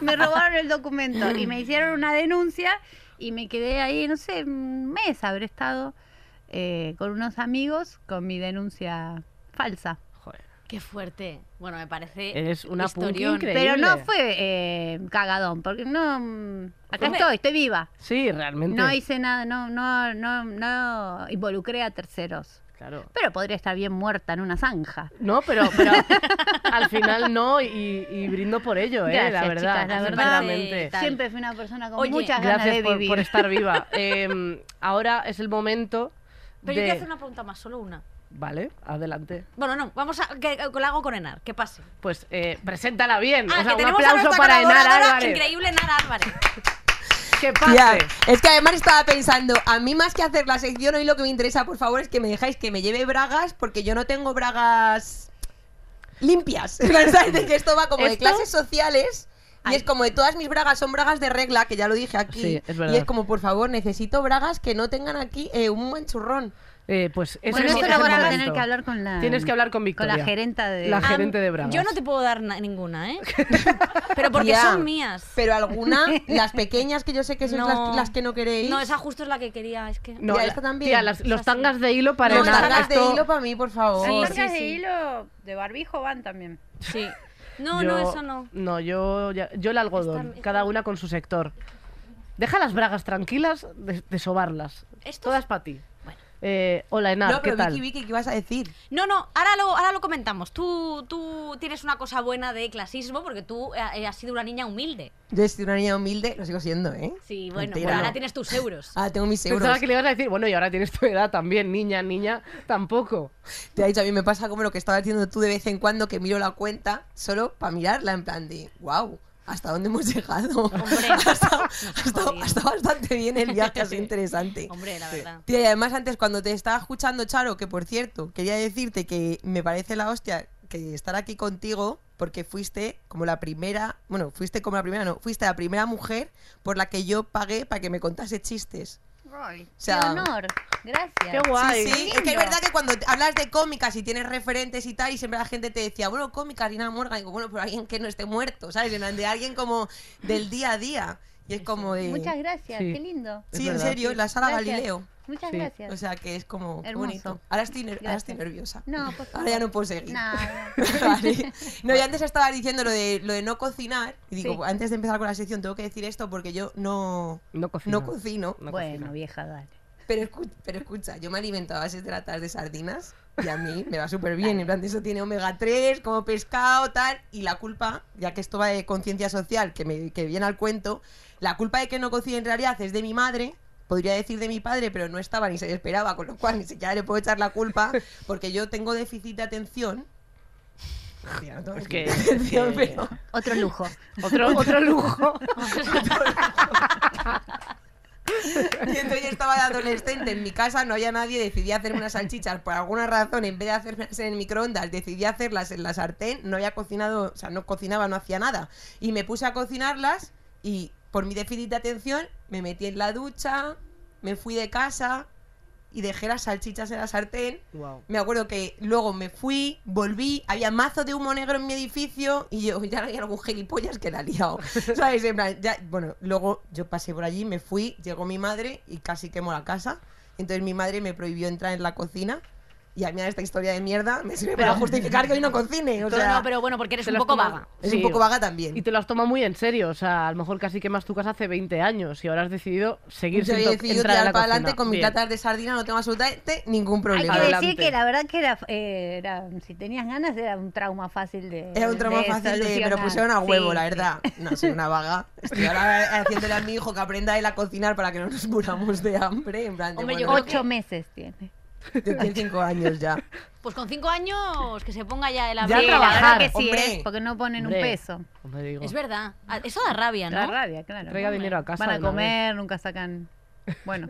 D: me robaron el documento y me hicieron una denuncia y me quedé ahí, no sé, un mes habré estado eh, con unos amigos con mi denuncia falsa.
B: Joder,
C: Qué fuerte. Bueno, me parece.
B: eres una punky
C: historión.
B: increíble.
D: Pero no fue eh, cagadón, porque no... mm, Acá
C: Hombre.
D: estoy, estoy viva.
B: Sí, realmente.
D: No hice nada, no, no, no, no involucré a terceros.
B: Claro.
D: Pero podría estar bien muerta en una zanja.
B: No, pero, pero (laughs) al final no y, y brindo por ello, eh, la
D: Gracias,
B: verdad.
D: chicas, la verdad.
B: sinceramente.
C: Tal.
D: Siempre fui una persona con
C: Oye,
D: muchas ganas
B: Gracias
D: de
B: por,
D: vivir.
B: por estar viva. Eh, ahora es el momento
C: Pero yo
B: de...
C: quiero hacer una pregunta más, solo una.
B: Vale, adelante.
C: Bueno, no, vamos a. Que, que la hago con Enar, que pase.
B: Pues eh, preséntala bien.
C: Ah,
B: o sea,
C: que
B: un
C: tenemos a
B: aplauso
C: nuestra
B: para Enar
C: colaboradora
B: Álvarez.
C: Increíble Enar
B: (laughs)
C: Álvarez.
B: Que pase.
F: Tía, Ah, es que además estaba pensando, a mí más que hacer la sección, hoy lo que me interesa, por favor, es que me dejáis que me lleve bragas, porque yo no tengo bragas limpias. (laughs) En plan, ¿sabes? De que esto va como de
B: ¿Esto?
F: clases sociales. Y
C: Ay.
F: es como de todas mis bragas son bragas de regla, que ya lo dije aquí.
B: Sí, es verdad.
F: y es como, por favor, necesito bragas que no tengan aquí eh, un manchurrón.
B: Eh, pues es
D: Bueno,
B: el,
D: eso
B: es
D: lo
B: el
D: van a
B: momento.
D: tener que hablar con la...
B: Tienes que hablar con
D: con
B: Victoria.
D: la gerenta de...
B: La
C: Ah,
B: gerente de Bragas.
C: Yo no te puedo dar na- ninguna,
B: (laughs)
C: ¿eh? Pero porque
F: Ya.
C: son mías.
F: Pero alguna, las pequeñas que yo sé que son
C: No.
F: las, las que no queréis.
C: No, esa justo es la que quería, es que.
B: No,
F: Ya,
B: la-
F: esta también.
B: tía, las-
F: O
B: los
C: sí.
B: tangas de hilo para
F: no,
B: Enar.
F: largas
B: Esto-
F: de hilo para mí, por favor.
C: Sí, sí, sí.
D: hilo de barbijo van también.
C: Sí. No,
B: yo-
C: no, eso no.
B: No, yo, ya- yo el algodón,
C: Esta-
B: cada una con su sector. Deja las bragas tranquilas de, de sobarlas.
C: Estos-
B: Todas para ti.
C: Bueno.
B: Eh, hola, Enar,
F: no,
B: ¿qué
F: pero
B: tal?
F: Vicky, Vicky, ¿qué ibas a decir?
C: No, no, ahora lo, ahora lo comentamos. Tú, tú tienes una cosa buena de clasismo porque tú eh, eh, has sido una niña humilde.
F: Yo soy una niña humilde, lo sigo siendo, ¿eh?
C: Sí, bueno,
F: Mentira.
C: bueno, ahora tienes tus euros.
F: Ah, tengo mis euros.
B: Pensaba que le ibas a decir, bueno, y ahora tienes tu edad también, niña, niña, tampoco.
F: Te ha dicho, a mí me pasa como lo que estabas diciendo tú de vez en cuando que miro la cuenta solo para mirarla en plan de, wow, ¿hasta dónde hemos llegado?
C: Hombre,
F: (laughs) ha,
C: nos
F: estado, ha estado-
C: jodimos.
F: ha estado bastante bien el viaje, ha sido interesante.
C: Hombre, la verdad.
F: Tía, y además antes cuando te estaba escuchando, Charo, que por cierto, quería decirte que me parece la hostia que estar aquí contigo porque fuiste como la primera, bueno, fuiste como la primera, no, fuiste la primera mujer por la que yo pagué para que me contase chistes. sea-
D: ¡Qué honor! Gracias.
B: Qué guay.
F: Sí, sí, es que es verdad que cuando te- hablas de cómicas y tienes referentes y tal, y siempre la gente te decía, bueno, cómica, Lina Morgan, y digo, bueno, pero alguien que no esté muerto, ¿sabes? En plan De alguien como del día a día. Y es como de...
D: Muchas gracias,
B: Sí.
D: qué lindo.
B: gracias.
F: Sí,
B: Es
F: en
B: verdad.
F: serio, la sala
D: Gracias.
F: Galileo.
D: Muchas
B: Sí.
D: gracias.
F: O sea, que es como qué
D: Hermoso.
F: bonito. Ahora estoy, ner- ahora estoy
D: Gracias.
F: nerviosa.
D: no, por favor.
F: (laughs) Ahora ya no puedo seguir.
D: Nada.
F: (laughs)
D: (laughs)
F: Vale. No, yo antes estaba diciendo lo de, lo de no cocinar. Y digo,
D: Sí.
F: antes de empezar con la sección, tengo que decir esto porque yo no,
B: No cocina.
F: no cocino.
B: No
D: bueno,
B: cocina.
D: vieja, dale.
F: Pero, escu- pero escucha, yo me alimento a base de latas de sardinas y a mí me va súper bien. En plan, eso tiene omega 3, como pescado, tal. Y la culpa, ya que esto va de conciencia social, que, me, que viene al cuento, la culpa de que no cocine en realidad es de mi madre. Podría decir de mi padre, pero no estaba ni se le esperaba, con lo cual ni siquiera le puedo echar la culpa, porque yo tengo déficit
B: (laughs)
F: de atención. Tía, no tengo
B: Es que-
F: déficit de atención,
B: es que-
F: pero-
D: Otro
F: (laughs)
D: lujo.
B: Otro, otro lujo.
F: Y entonces yo estaba de adolescente en mi casa, no había nadie, decidí hacerme unas salchichas por alguna razón, en vez de hacerlas en el microondas, decidí hacerlas en la sartén, no había cocinado, o sea, no cocinaba, no hacía nada. Y me puse a cocinarlas y por mi déficit de atención me metí en la ducha, me fui de casa y dejé las salchichas en la sartén.
B: Guau.
F: Me acuerdo que luego me fui, volví, había mazo de humo negro en mi edificio y yo, ya hay algún gilipollas que la ha liado. ¿Sabes? En plan, ya- bueno, luego yo pasé por allí, me fui, llegó mi madre y casi quemó la casa. Entonces mi madre me prohibió entrar en la cocina Y a mí esta historia de mierda me sirve para justificar que hoy no cocine. O
C: Pero
F: sea,
C: no, pero bueno, porque eres
B: Te
C: un
B: lo has
C: poco
B: tomado-
C: vaga.
F: es
B: Sí.
F: un poco vaga también.
B: Y te lo has tomado muy en serio, o sea, a lo mejor casi quemas tu casa hace 20 años y ahora has decidido seguir
F: Yo
B: sin
F: he
B: to-
F: decidido
B: entrar a
F: tirar
B: la
F: para
B: cocina.
F: adelante con mi
B: Bien.
F: platas de sardina, no tengo absolutamente ningún
D: Hay que
F: problema.
B: Adelante.
D: decir que la verdad que era, eh, era- si tenías ganas era un trauma fácil de
F: Era un trauma
D: de
F: fácil de. Me lo
D: solucionar.
F: pusieron a huevo,
D: Sí,
F: la
D: sí.
F: verdad. No, soy una vaga. Estoy ahora (laughs) haciéndole a mi hijo que aprenda él a cocinar para que no nos muramos de hambre. En plan, de,
C: Hombre, yo
F: bueno,
D: Ocho meses tiene.
F: yo tengo cinco años ya.
C: Pues con cinco años que se ponga ya el
B: Ya
C: abrigo.
B: trabaja.
D: la verdad que sí,
F: hombre.
D: ¿eh? porque no ponen
B: Hombre,
D: un peso.
B: hombre, digo,
C: Es verdad. Ah, Eso da rabia, (laughs)
D: La
C: ¿no?
D: rabia, claro.
B: Traiga dinero a casa.
D: Van a
B: de una vez.
D: comer, nunca
B: (laughs)
D: sacan. Bueno,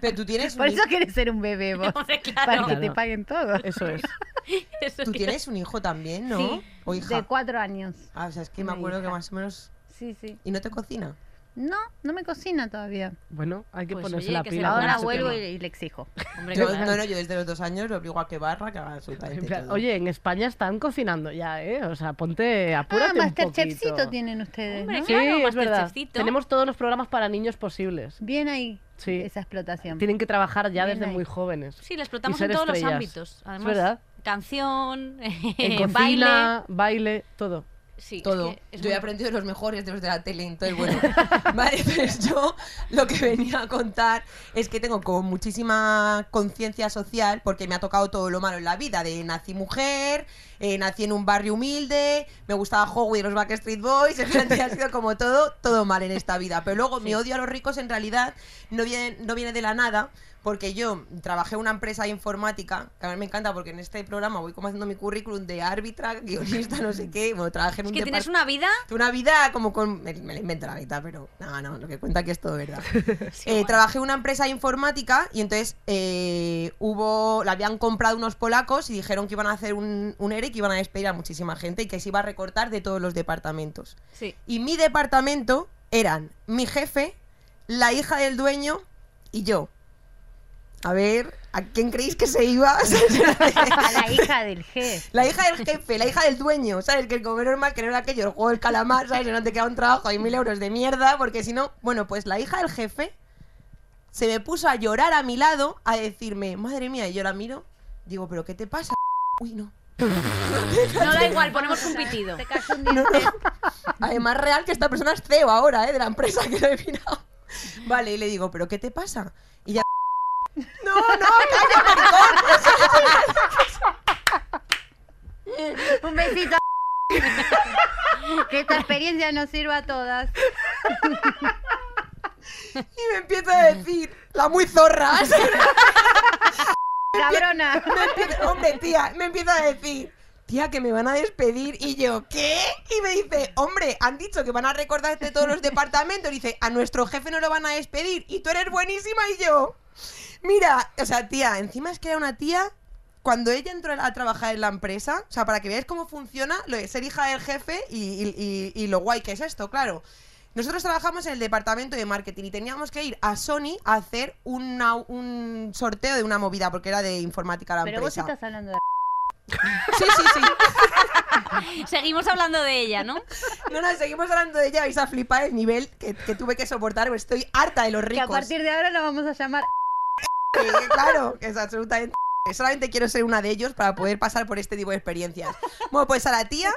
F: Pero tú tienes,
D: por
F: un,
D: eso quieres ser un bebé vos.
C: Hombre,
D: Para
C: claro.
D: que
B: (laughs)
D: te
B: Claro.
D: paguen todo.
B: Eso
C: (laughs)
B: es.
C: Eso
F: tú
C: que-
F: tienes un hijo también, ¿no?
D: Sí,
F: O
D: de
F: hija.
D: cuatro años.
F: Ah, o sea, es que me
D: Una
F: acuerdo que
D: hija.
F: más o menos.
D: Sí, sí.
F: ¿Y no te cocina?
D: No, no me cocina todavía.
B: Bueno, hay que
C: Pues
B: ponerse
C: oye,
B: la
C: que se
B: pila.
C: lo
B: con
D: Ahora
C: no
B: ese
D: vuelvo y,
B: tema.
D: y le
B: (laughs)
D: exijo.
C: Hombre,
F: Yo,
C: claro.
F: no, no, yo desde los dos años lo obligo a que barra, que haga
B: (laughs) En
F: absolutamente
B: plan,
F: todo.
B: Oye, en España están cocinando ya, ¿eh? O sea, ponte,
D: Ah,
B: apúrate un
D: Masterchefcito
B: poquito.
D: tienen ustedes.
C: Hombre,
D: ¿no?
B: Sí,
C: Claro,
B: es verdad.
C: Masterchefcito.
B: Tenemos todos los programas para niños posibles.
D: Bien ahí
B: Sí.
D: esa explotación.
B: Tienen que trabajar ya
D: Bien
B: desde
D: ahí.
B: muy jóvenes.
C: Sí, la explotamos
B: ser
C: en todos
B: estrellas.
C: los ámbitos.
B: Es
C: Además,
B: verdad.
C: Canción,
B: En
C: (laughs) eh, baile.
B: cocina, baile, todo.
C: Sí, es
F: Todo.
C: que es
F: yo he
C: muy-
F: aprendido de los mejores de los de la tele, entonces bueno. (laughs) vale, pues yo lo que venía a contar es que tengo como muchísima conciencia social porque me ha tocado todo lo malo en la vida. De nací mujer, eh, nací en un barrio humilde, me gustaba Howie y los Backstreet Boys, en plan, ha sido como todo, todo mal en esta vida. Pero luego mi odio a los ricos en realidad no viene, no viene de la nada. Porque yo trabajé en una empresa informática, que a mí me encanta porque en este programa voy como haciendo mi currículum de árbitra, guionista, no sé qué. Bueno, trabajé en
C: Es
F: un
C: que tienes
F: depart-
C: una vida.
F: una vida como con... Me, me la invento la mitad, pero... No, no, lo que cuenta aquí es
C: (laughs)
F: todo verdad.
C: Sí,
F: Eh,
C: bueno.
F: trabajé en una empresa informática y entonces eh, hubo... La habían comprado unos polacos y dijeron que iban a hacer un, un ERE, que iban a despedir a muchísima gente y que se iba a recortar de todos los departamentos.
C: Sí.
F: Y mi departamento eran mi jefe, la hija del dueño y yo. A ver, ¿a quién creéis que se iba?
D: (laughs)
F: (laughs)
D: A
B: (laughs)
D: la hija del jefe.
F: La hija del jefe, la hija del dueño, ¿sabes? Que el comer normal, que no era aquello, el juego del calamar, ¿sabes? Que no te queda un trabajo hay mil euros de mierda, porque si no, bueno, pues la hija del jefe se me puso a llorar a mi lado, a decirme, madre mía, y yo la miro, digo, ¿pero qué te pasa? Uy, no.
C: No da igual, ponemos un pitido.
D: Se cayó un
F: No,
D: diente.
F: no. Además, real que esta persona es CEO ahora, ¿eh? De la empresa que lo he mirado. Vale, y le digo, ¿pero qué te pasa? Y ya. (laughs) No, no, calla,
D: Un besito. (laughs) que esta experiencia nos sirva
B: (laughs)
D: a todas.
F: Y me empieza a decir, la muy zorra. (laughs)
D: Cabrona.
F: me empieza- hombre, tía, me empieza a decir, tía, que me van a despedir. Y yo, ¿qué? Y me dice, hombre, han dicho que van a recordarte todos los departamentos. Y dice, a nuestro jefe no lo van a despedir. Y tú eres buenísima. Y yo, mira, o sea, tía, encima es que era una tía. Cuando ella entró a trabajar en la empresa, o sea, para que veáis cómo funciona lo de ser hija del jefe y, y- y- y lo guay que es esto, claro. Nosotros trabajamos en el departamento de marketing y teníamos que ir a Sony a hacer una- un sorteo de una movida, porque era de informática la
D: Pero vos
F: empresa.
D: estás hablando de.
F: Sí, sí, sí.
C: Seguimos hablando de ella,
F: (laughs)
C: ¿no?
F: No, no, seguimos hablando de ella. Vais a flipar el nivel que, que tuve que soportar. porque Estoy harta de los
D: Que
F: ricos.
D: a partir de ahora la vamos a llamar.
F: Sí, claro, que es absolutamente. (laughs) Solamente quiero ser una de ellos para poder pasar por este tipo de experiencias. Bueno, pues a la tía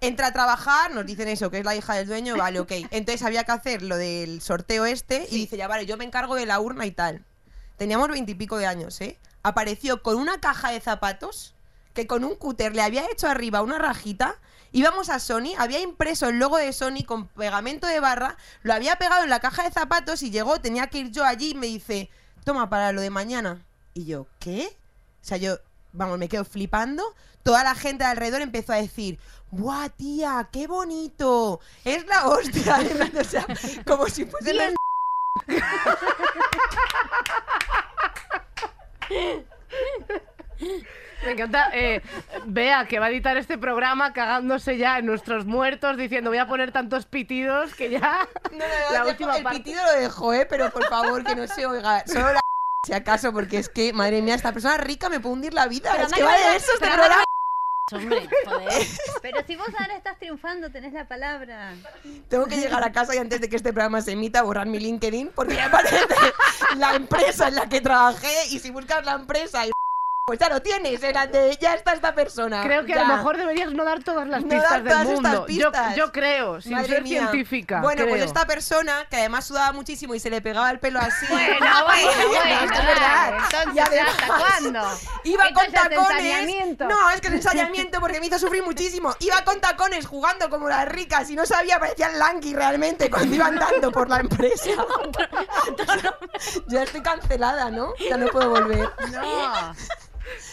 F: entra a trabajar, nos dicen eso, que es la hija del dueño, vale, ok. Entonces había que hacer lo del sorteo este y dice, ya vale, yo me encargo de la urna y tal. Teníamos veintipico de años, ¿eh? Apareció con una caja de zapatos que con un cúter le había hecho arriba una rajita. Íbamos a Sony, había impreso el logo de Sony con pegamento de barra, lo había pegado en la caja de zapatos y llegó, tenía que ir yo allí y me dice, toma, para lo de mañana. Y yo, ¿qué? O sea, yo, vamos, me quedo flipando. Toda la gente de alrededor empezó a decir, ¡buah, tía, qué bonito! Es la hostia. (laughs) o sea, como si fuese la...
B: Me encanta. Eh, Bea, que va a editar este programa cagándose ya en nuestros muertos, diciendo voy a poner tantos pitidos que ya.
F: No, no, no,
B: la
F: dejo-
B: última
F: el
B: parte.
F: pitido lo dejo, ¿eh? Pero por favor, que no se
B: (laughs)
F: oiga. Solo la... (laughs) Si acaso, porque es que, madre mía, esta persona rica me puede hundir la vida.
C: Pero
F: es
C: anda
F: que
C: que
F: va
C: no-
F: de eso este
C: pero anda que
F: programa.
C: Hombre, joder.
D: Pero si vos ahora estás triunfando, tenés la palabra.
F: Tengo que llegar a casa y antes de que este programa se emita, borrar mi (laughs) LinkedIn porque me aparece la empresa en la que trabajé y si buscas la empresa y (laughs) pues ya lo tienes, era de- ya está esta persona.
B: Creo que a
F: Ah, ya.
B: lo mejor deberías no dar todas las
F: No
B: pistas
F: dar todas
B: del
F: estas
B: mundo.
F: pistas.
B: Yo, yo creo, sin
F: Madre
B: ser
F: mía.
B: científica.
F: Bueno, pues
B: creo.
F: esta persona, que además sudaba muchísimo y se le pegaba el pelo así.
B: (laughs)
D: Bueno, bueno, bueno.
F: (laughs) Esto es verdad.
D: Entonces,
F: Y además,
B: (laughs)
D: ¿hasta cuándo?
F: Iba
D: Esto
F: con
D: ya es
F: tacones.
D: ensañamiento.
F: No, es que es ensañamiento porque me hizo sufrir muchísimo. Iba con tacones jugando como las ricas y no sabía, parecían lanky realmente cuando iba andando por la empresa.
C: (laughs)
F: ya estoy cancelada, ¿no? Ya no puedo volver.
D: No.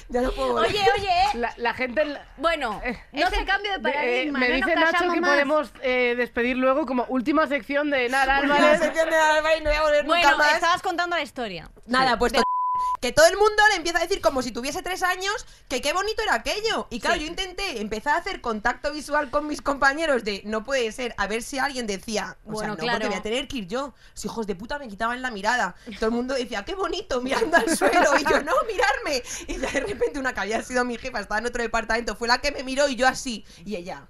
F: Ya no puedo volver.
C: Oye, oye, eh.
B: La, la gente. la-
C: Bueno,
D: No es el cambio de
B: de- eh,
D: paradigma.
B: me
D: no nos
B: dice Nacho
D: callamos
B: que
D: más.
B: podemos eh, despedir luego como última sección de Nara
F: No
B: Álvarez.
F: sé qué me da, y no voy a volver nunca
C: bueno,
F: más.
C: estabas contando la historia.
F: Nada, pues to- que todo el mundo le empieza a decir como si tuviese tres años que qué bonito era aquello. Y claro, yo intenté empezar a hacer contacto visual con mis compañeros de no puede ser, a ver si alguien decía, o sea,
C: Bueno,
F: no,
C: claro.
F: porque voy a tener que ir yo. Si hijos de puta me quitaban
C: (laughs)
F: la mirada. Todo el mundo decía, qué bonito, mirando al suelo. Y yo, no, mirarme. Y ya de repente una que había sido mi jefa, estaba en otro departamento, fue la que me miró y yo así. Y ella,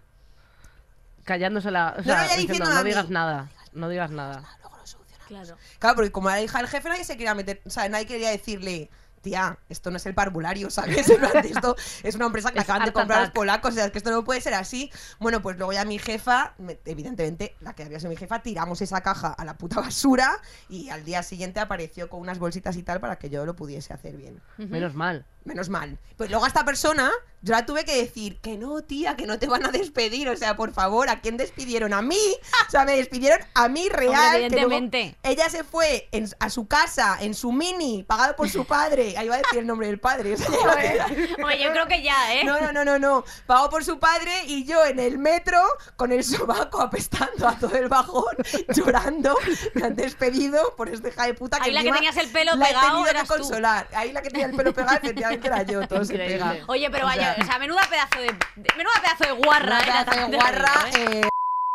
B: Callándose la. O
F: No,
B: sea,
F: no, ya
B: diciendo,
F: diciéndome
B: no
F: a mí".
B: digas nada. No digas nada.
F: luego lo solucionamos.
C: Claro.
F: Claro, porque como era hija del jefe, nadie se quería meter, o sea, nadie quería decirle, tía, esto no es el parvulario, (laughs) ¿sabes? En plan, esto es una empresa que
B: Es
F: acaban de
B: Art
F: comprar los
B: Attack.
F: polacos, o sea, es que esto no puede ser así. Bueno, pues luego ya mi jefa, me- evidentemente, la que había sido mi jefa, tiramos esa caja a la puta basura y al día siguiente apareció con unas bolsitas y tal para que yo lo pudiese hacer bien.
B: Menos mal.
F: Menos mal. Pues luego a esta persona yo la tuve que decir que no, tía, que no te van a despedir. O sea, por favor, ¿a quién despidieron? A mí. O sea, me despidieron a mí real.
C: Hombre,
F: que luego-
C: evidentemente.
F: ella se fue en- a su casa, en su mini, pagado por su padre. Ahí va a decir el nombre del padre. (laughs) o sea, iba a decir-
C: Oye, yo creo que ya, ¿eh?
F: no, no, no, no, no. Pagó por su padre y yo en el metro, con el sobaco apestando a todo el bajón, (laughs) llorando. Me han despedido por este hija de puta que
C: Ahí la que
F: encima
C: tenías el pelo
F: la he
C: pegado
F: tenido que
C: eras tú.
F: consolar. Ahí la que tenía el pelo pegado, efectivamente era yo. Todo se
B: Increíble.
F: pega.
C: Oye, pero
F: O
C: vaya,
F: sea-
C: o sea, menuda pedazo de, de- menuda pedazo de guarra,
F: Una
C: ¿eh? La
F: pedazo de
C: tan-
F: guarra,
C: te digo, ¿eh?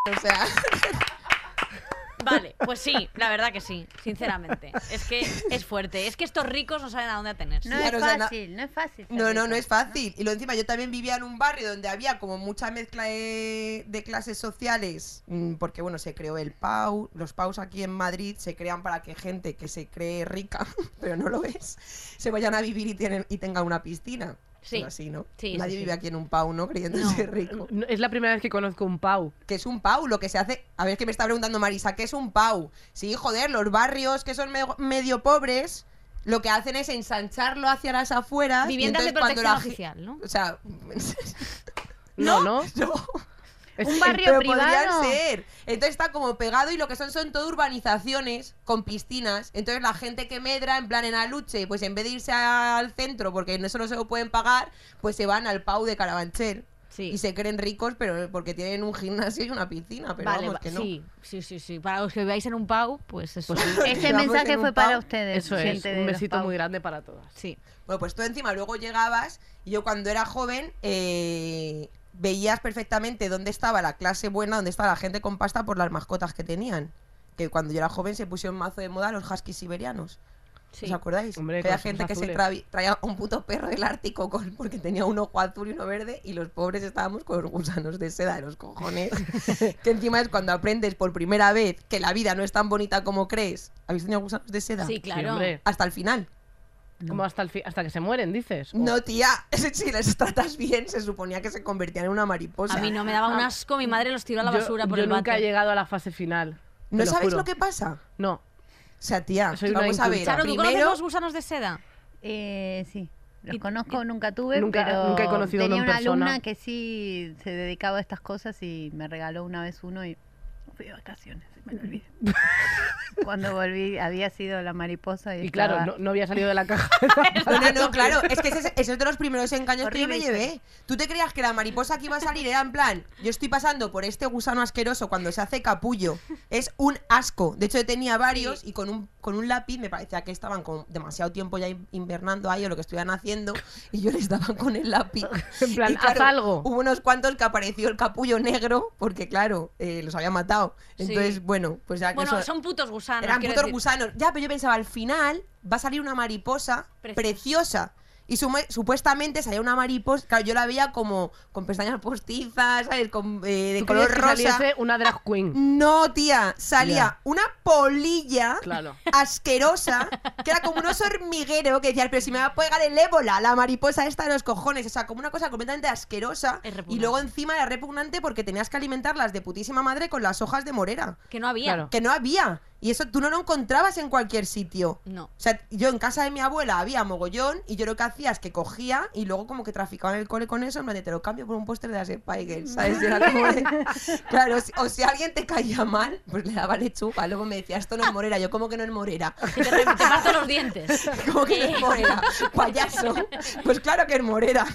F: eh, o sea, (laughs)
C: Vale, pues sí, la verdad que sí, sinceramente. Es que es fuerte, es que estos ricos no saben a dónde atenerse.
D: No
F: Ya
D: es
F: nos han-
D: fácil, no es fácil. ser
F: No, no, no
D: rico,
F: es fácil. Y lo encima, yo también vivía en un barrio donde había como mucha mezcla de, de clases sociales, mm, porque bueno, se creó el PAU, los PAUs aquí en Madrid se crean para que gente que se cree rica, (laughs) pero no lo es, se vayan a vivir y, tienen, y tengan una piscina.
C: Sí.
F: Pero así, ¿no?
C: Sí, sí,
F: Nadie
C: sí.
F: vive aquí en un PAU, ¿no? Creyéndose rico.
B: No, Es la primera vez que conozco un Pau.
F: ¿Qué es un pau? Lo que se hace. A ver, que me está preguntando Marisa, ¿qué es un pau? Sí, joder, los barrios que son me- medio pobres, lo que hacen es ensancharlo hacia las afueras. y
C: Viviendas de
F: entonces cuando
C: protección
F: la ge-
C: oficial, ¿no?
F: O sea. (laughs)
B: No, no.
F: no. (laughs)
B: Es-
D: Un barrio
F: Pero
D: privado. este
F: podrían ser. Entonces está como pegado y lo que son son todo urbanizaciones con piscinas. Entonces la gente que medra, en plan en Aluche, pues en vez de irse al centro porque eso no se lo pueden pagar, pues se van al Pau de Carabanchel.
C: Sí.
F: Y se creen ricos pero porque tienen un gimnasio y una piscina. Pero
C: vale,
F: vamos,
C: va-
F: que no.
C: sí, sí, sí, sí. Para los que viváis en un pau, pues eso.
D: Este
F: Vamos
D: mensaje
F: en un
D: fue
F: pau.
D: para ustedes.
B: Eso es.
D: gente de
B: Un
D: los
B: besito
D: Pau.
B: muy grande para todas.
C: Sí.
F: Bueno, pues tú encima luego llegabas y yo cuando era joven eh, veías perfectamente dónde estaba la clase buena, dónde estaba la gente con pasta por las mascotas que tenían. Que cuando yo era joven se pusieron mazo de moda los huskies siberianos.
C: Sí.
F: ¿Os acordáis?
B: Hombre,
F: que había
B: con sus
F: gente que se
B: azules.
F: travi- traía un puto perro del Ártico con- porque tenía un ojo azul y uno verde y los pobres estábamos con los gusanos de seda de
B: (laughs)
F: los cojones. que encima es cuando aprendes por primera vez que la vida no es tan bonita como crees. ¿Habéis tenido gusanos de seda?
C: Sí,
B: Sí,
C: claro.
B: hombre.
F: Hasta el final.
B: Como hasta, el fi- hasta que se mueren, dices. O-
F: No, tía, (laughs) si les tratas bien, se suponía que se convertían en una mariposa.
C: a mí no me daba un asco, mi madre los tiró a la
B: Yo-
C: basura por
B: yo
C: el
B: nunca he
C: váter.
B: llegado a la fase final. te
F: ¿No sabes
B: juro.
F: lo que pasa?
B: No.
F: O sea, tía,
B: Soy una
F: vamos a ver.
B: inculta.
C: Charo, ¿tú conoces
F: Primero,
C: los gusanos de seda?
D: Eh, sí. Los
C: Y-
D: conozco, nunca tuve,
B: Nunca-
D: pero
B: nunca he conocido
D: tenía
B: uno en
D: una alumna
B: persona.
D: que sí se dedicaba a estas cosas y me regaló una vez uno y fui de vacaciones, me lo
B: (laughs)
D: olvidé. Cuando volví había sido la mariposa y,
B: Y claro, no,
D: estaba-
B: no había salido de la caja.
F: no, no, no, claro, es que ese, es- ese es de los primeros engaños que yo me
D: Horrible
F: llevé. Tú te creías que la mariposa que iba a salir era en plan, yo estoy pasando por este gusano asqueroso cuando se hace capullo. Es un asco. De hecho, yo tenía varios y con un, con un lápiz me parecía que estaban con demasiado tiempo ya in- invernando ahí o lo que estuvieran haciendo y yo les daba con el lápiz.
B: En plan,
F: Y claro,
B: haz algo.
F: Hubo unos cuantos que apareció el capullo negro, porque claro, eh, los había matado.
C: Sí.
F: Entonces, bueno, pues ya que
C: Bueno,
F: eso-
C: son putos gusanos.
F: eran
C: Ah, quiero
F: putos
C: decir.
F: gusanos. Ya, pero yo pensaba, al final va a salir una mariposa
C: Preciosa.
F: preciosa. Y suma- supuestamente salía una mariposa. Claro, yo la veía como con pestañas postizas, ¿sabes? Con, eh, de
B: ¿Tú
F: color
B: querías que
F: rosa.
B: saliese una drag queen.
C: Mm.
F: No, tía, salía
B: Ya.
F: una polilla
B: Claro.
F: asquerosa que era como un oso hormiguero que decía, pero si me va a pegar el ébola, la mariposa esta de los cojones, o sea, como una cosa completamente asquerosa.
C: Es repugnante.
F: Y luego encima era repugnante porque tenías que alimentarlas de putísima madre con las hojas de morera,
C: Que no había.
B: Claro.
F: que no había. Y eso tú no lo encontrabas en cualquier sitio.
C: No.
F: O sea, yo en casa de mi abuela había mogollón y yo lo que hacía es que cogía y luego como que traficaban el cole con eso, en plan de te lo cambio por un póster de las Spice Girls, ¿sabes? Y era como de-
C: (laughs)
F: Claro, si- o si alguien te caía mal, pues le daba lechuga. Luego me decía, esto no es morera. Yo, como que no es morera? (laughs)
C: Que te, re- te parto los dientes.
F: como que no es
C: Eh,
F: morera? Payaso. Pues claro que
C: (laughs)
F: es morera.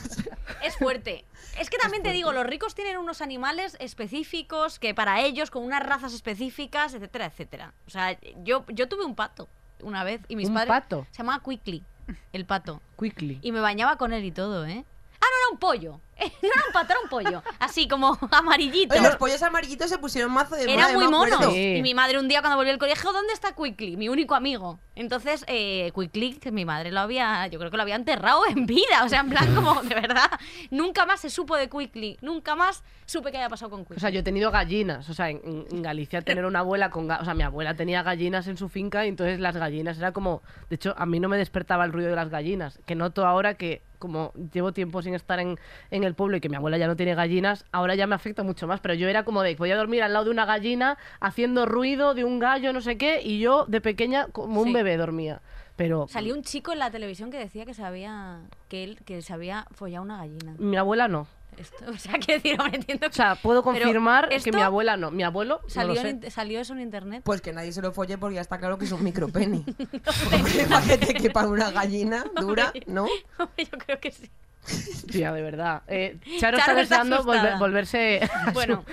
C: es fuerte. Es que también te digo, los ricos tienen unos animales específicos que para ellos, con unas razas específicas, etcétera, etcétera. O sea, yo, yo tuve un pato una vez y mis
B: ¿Un
C: padres.
B: pato?
C: Se llamaba Quickly, el pato.
B: Quickly.
C: Y me bañaba con él y todo, ¿eh? Ah, no, era un pollo. (laughs) No era un pato, era un pollo. Así como (laughs) amarillito.
F: Oye, pues, los pollos amarillitos se pusieron mazo de moda,
C: Era
F: yo
C: muy
F: me
C: mono.
F: acuerdo.
B: Sí.
C: Y mi madre un día cuando volvió al colegio, ¿dónde está Quickly? Mi único amigo. Entonces, eh, Quickly, que mi madre lo había, yo creo que lo había enterrado en vida. O sea, en plan como, de verdad, nunca más se supo de Quickly. Nunca más supe que haya pasado con Quickly.
B: O sea, yo he tenido gallinas. O sea, en- en, en Galicia tener una abuela con... ga- O sea, mi abuela tenía gallinas en su finca y entonces las gallinas era como... De hecho, a mí no me despertaba el ruido de las gallinas. Que noto ahora que como llevo tiempo sin estar en, en el pueblo y que mi abuela ya no tiene gallinas, ahora ya me afecta mucho más. Pero yo era como de... Podía dormir al lado de una gallina haciendo ruido de un gallo, no sé qué. Y yo de pequeña como
C: Sí.
B: un bebé dormía. Pero...
C: Salió un chico en la televisión que decía que sabía que él que se había follado una gallina.
B: Mi abuela no.
C: Esto, o sea, (laughs) que decir, hombre, entiendo
B: O
C: que
B: sea, puedo
C: Pero
B: confirmar que
C: esto
B: mi abuela no. Mi abuelo... no
C: salió,
B: lo sé.
C: en in- salió eso en internet. (laughs)
F: Pues que nadie se lo folle porque ya está claro que es un micropene. Porque para que te quepa una gallina dura, ¿no?
C: yo creo que sí.
B: Tía, de verdad. Eh,
C: (laughs)
B: Charo,
C: Charo
B: está
C: está
B: deseando volver-
C: asustada.
B: volverse a su-
C: Bueno,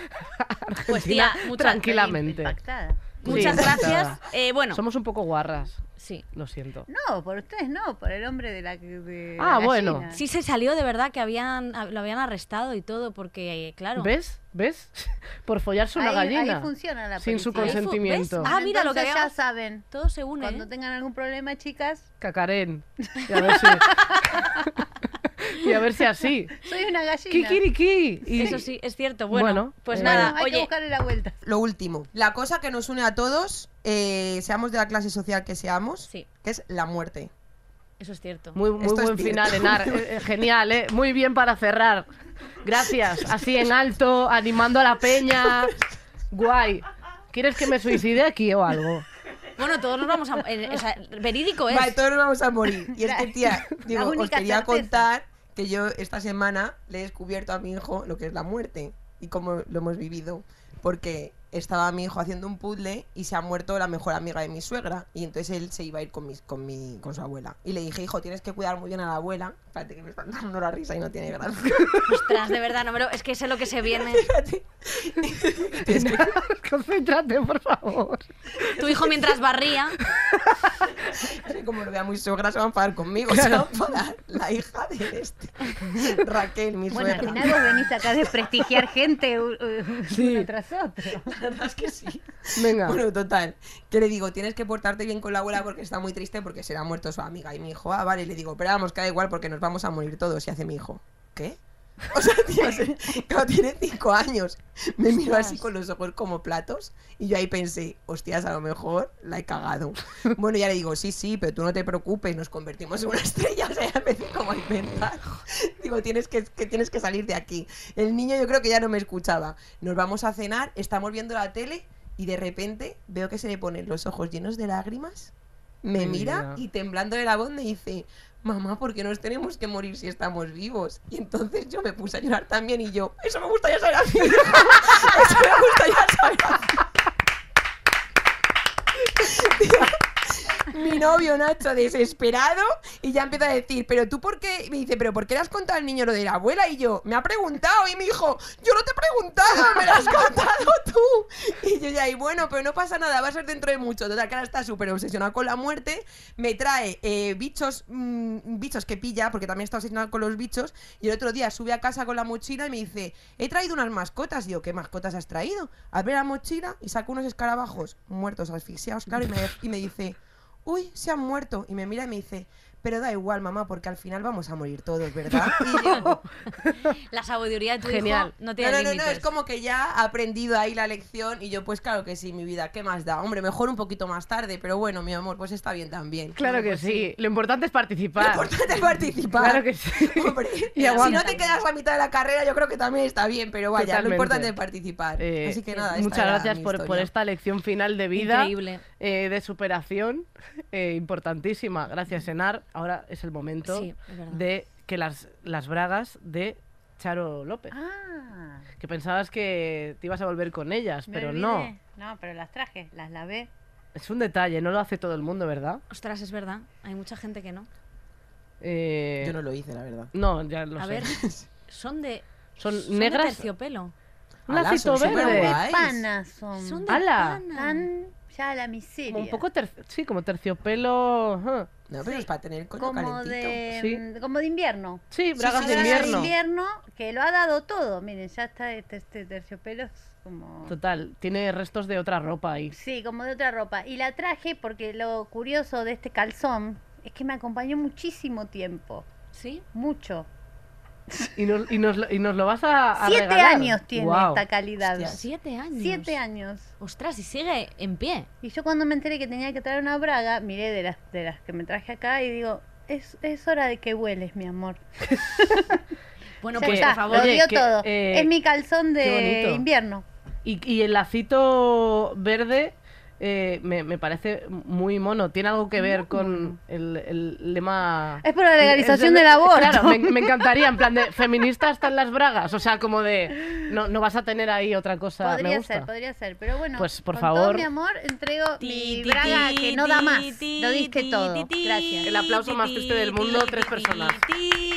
C: pues
B: Argentina
C: tía, muchas,
B: tranquilamente.
D: Impactada.
C: muchas
B: Sí,
C: gracias.
B: asustada.
C: Eh, bueno,
B: Somos un poco guarras,
C: sí.
B: lo siento.
D: No, por ustedes no, por el hombre de la. de
B: Ah,
D: la
B: bueno.
D: gallina.
C: Sí se salió de verdad que habían a- lo habían arrestado y todo porque eh, claro.
B: ¿Ves? ¿Ves? (laughs) Por follarse una
D: Ahí- ahí
B: gallina.
D: funciona la
B: Sin su
D: policía. ¿eh?
C: Ahí fu-
B: consentimiento.
C: ¿ves? Ah, mira lo que
D: Entonces ya
C: habíamos-
D: saben.
C: Todo se une.
D: Cuando
C: ¿eh?
D: tengan algún problema, chicas,
B: Cacarén. Y a ver si... (laughs) y a ver si
C: (laughs)
B: así.
D: soy una gallina.
B: Kikiriki. Y...
C: Eso sí, es cierto. Bueno,
B: Bueno,
C: pues
B: eh,
D: Bueno,
C: nada,
D: hay que
C: oye,
D: buscarle la vuelta.
F: Lo último. La cosa que nos une a todos, eh, seamos de la clase social que seamos,
C: Sí.
F: que es la muerte.
C: eso es cierto.
B: Muy, muy
F: Esto es
B: buen
F: cierto.
B: final, Enar. Eh, eh, genial, ¿eh? Muy bien para cerrar. Gracias. Así en alto, animando a la peña. Guay. ¿Quieres que me suicide aquí o algo?
C: Bueno, todos nos vamos a eh, o sea, verídico es.
F: Vale, todos nos vamos a morir.
D: (laughs)
F: Y es que, tía, digo, os
D: Pues, única
F: quería
D: certeza.
F: contar que yo esta semana le he descubierto a mi hijo lo que es la muerte y cómo lo hemos vivido. Porque estaba mi hijo haciendo un puzzle y se ha muerto la mejor amiga de mi suegra. Y entonces él se iba a ir con, mis- con, mi, con su abuela. Y le dije, hijo, tienes que cuidar muy bien a la abuela. Espérate que me están dando la risa y no tiene gracia. (laughs)
C: Ostras, de verdad, no me lo- es que sé lo que se viene.
D: (laughs)
F: Tienes que-
B: (laughs) Concéntrate, por favor.
C: Tu hijo mientras barría.
F: Sí, como lo vea muy suegra, se va a enfadar conmigo. Se va a enfadar la hija de este. Raquel, mi
D: Bueno, al
F: suegra.
D: final vos venís acá a desprestigiar gente u- u- uno tras otro.
F: La verdad es que sí.
B: Venga.
F: (laughs) Bueno, total. Que le digo, tienes que portarte bien con la abuela porque está muy triste porque será muerto su amiga. Y mi hijo, ah, vale. Y le digo, pero vamos, que da igual porque nos vamos a morir todos. Y hace mi hijo, ¿qué? (laughs) O sea, tío, se- claro, tiene cinco años. Me miró así con los ojos como platos. Y yo ahí pensé, hostias, a lo mejor la he cagado. Bueno, ya le digo, sí, sí, pero tú no te preocupes, nos convertimos en una estrella. (laughs) O sea, ya empecé como a inventar. (laughs) Digo, tienes que, que tienes que salir de aquí. El niño yo creo que ya no me escuchaba. Nos vamos a cenar, estamos viendo la tele y de repente veo que se le ponen los ojos llenos de lágrimas. Me
B: Mi vida.
F: mira y temblando de la voz me dice, mamá, ¿por qué nos tenemos que morir si estamos vivos? Y entonces yo me puse a llorar también y yo, eso me gusta ya saber a mí. (laughs) Eso me gusta ya saber a mí". mi novio Nacho desesperado y ya empieza a decir, pero tú por qué, me dice, pero ¿por qué le has contado al niño lo de la abuela? Y yo, me ha preguntado y me dijo, yo no te he preguntado, me lo has contado tú. Y yo ya, y bueno, pero no pasa nada, va a ser dentro de mucho. Total, que ahora está súper obsesionado con la muerte, me trae eh, bichos, mm, bichos que pilla, porque también está obsesionado con los bichos, y el otro día sube a casa con la mochila y me dice, he traído unas mascotas. Y yo, ¿qué mascotas has traído? Abre la mochila y saca unos escarabajos muertos, asfixiados, claro, y me- y me dice... Uy, se han muerto. Y me mira y me dice, Pero da igual, mamá, porque al final vamos a morir
B: (laughs)
F: todos, ¿verdad? Y yo,
C: La sabiduría de tu
B: Genial.
C: hijo no
F: no,
C: tiene
F: no, no, no,
C: límites.
F: es como que ya ha aprendido ahí la lección y yo, pues claro que sí, mi vida, ¿qué más da? Hombre, mejor un poquito más tarde, pero bueno, mi amor, pues está bien también.
B: Claro que sí. Lo importante es
F: Lo
B: participar.
F: importante es participar.
B: Claro que sí.
F: Hombre,
B: (laughs) Y
F: si no
B: aguanta.
F: te quedas a mitad de la carrera, yo creo que también está bien, pero vaya,
B: Totalmente.
F: lo importante es participar.
B: Eh,
F: Así que nada, esta
B: muchas
F: era
B: gracias
F: mi
B: por, este- por
F: historia.
B: esta lección final de vida,
C: Increíble.
B: eh, de superación, eh, importantísima. Gracias, Enar. Ahora es el momento
C: Sí, es verdad.
B: de que las, las bragas de Charo López,
D: Ah,
B: que pensabas que te ibas a volver con ellas,
D: me
B: pero
D: olvidé.
B: no.
D: No, pero las traje, las lavé.
B: Es un detalle, no lo hace todo el mundo, ¿verdad?
C: Ostras, es verdad. Hay mucha gente que no.
B: Eh,
F: Yo no lo hice, la verdad.
B: no, ya lo
C: a
B: sé.
D: (laughs)
C: ver, son de.
B: Son
C: de
B: negras.
C: terciopelo.
B: Un
F: Alá,
B: lacito
F: son
B: verde.
F: superguays.
D: Qué panas son.
C: Son de
B: ¡Hala!
C: pana.
D: Tan ya la miseria.
B: Como un poco ter- sí, como terciopelo. ajá.
F: No, pero es para tener el coño
D: como
F: calentito.
D: de,
B: Sí.
D: como de invierno.
B: Sí, bragas
F: sí,
B: de
F: sí, sí.
B: invierno.
D: invierno que lo ha dado todo. Miren, ya está este, este terciopelo es como...
B: Total, tiene restos de otra ropa ahí.
D: Sí, como de otra ropa. Y la traje porque lo curioso de este calzón es que me acompañó muchísimo tiempo.
C: ¿Sí?
D: Mucho.
B: Y nos, y nos, lo- y nos lo vas a, a
D: Siete
B: regalar.
D: años tiene
B: Guau.
D: esta calidad.
F: Hostia,
C: Siete años.
D: Siete años.
C: Ostras, y sigue en pie.
D: Y yo cuando me enteré que tenía que traer una braga, miré de las, de las que me traje acá y digo, es, es hora de que hueles, mi amor.
C: Bueno,
D: Ya
C: pues
D: está,
C: por favor.
D: lo
B: Oye,
D: dio
B: que,
D: todo.
B: eh,
D: es mi calzón
B: qué
D: de
B: bonito.
D: invierno.
B: Y, y el lacito verde eh, me, me parece muy mono. Tiene algo que ver con el, el lema.
D: Es por la legalización
B: de
D: del aborto.
B: Claro, me, me encantaría. En plan
C: (laughs)
B: de feminista están las bragas. O sea, como de. No, no vas a tener ahí otra cosa. me
D: Podría
B: gusta.
D: ser, podría ser. Pero bueno,
B: Pues, por
D: con todo
B: favor.
D: mi amor, entrego
C: Ti,
D: mi
C: ti,
D: braga
C: ti,
D: que no da
C: ti,
D: más.
C: ti,
D: Lo diste
C: ti,
D: todo.
C: ti, ti,
D: Gracias.
B: El aplauso más triste del mundo, tres personas.
C: ti,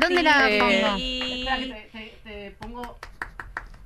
D: ¿Dónde
C: ti,
D: la
C: ti,
D: pongo?
C: ti.
B: pongo.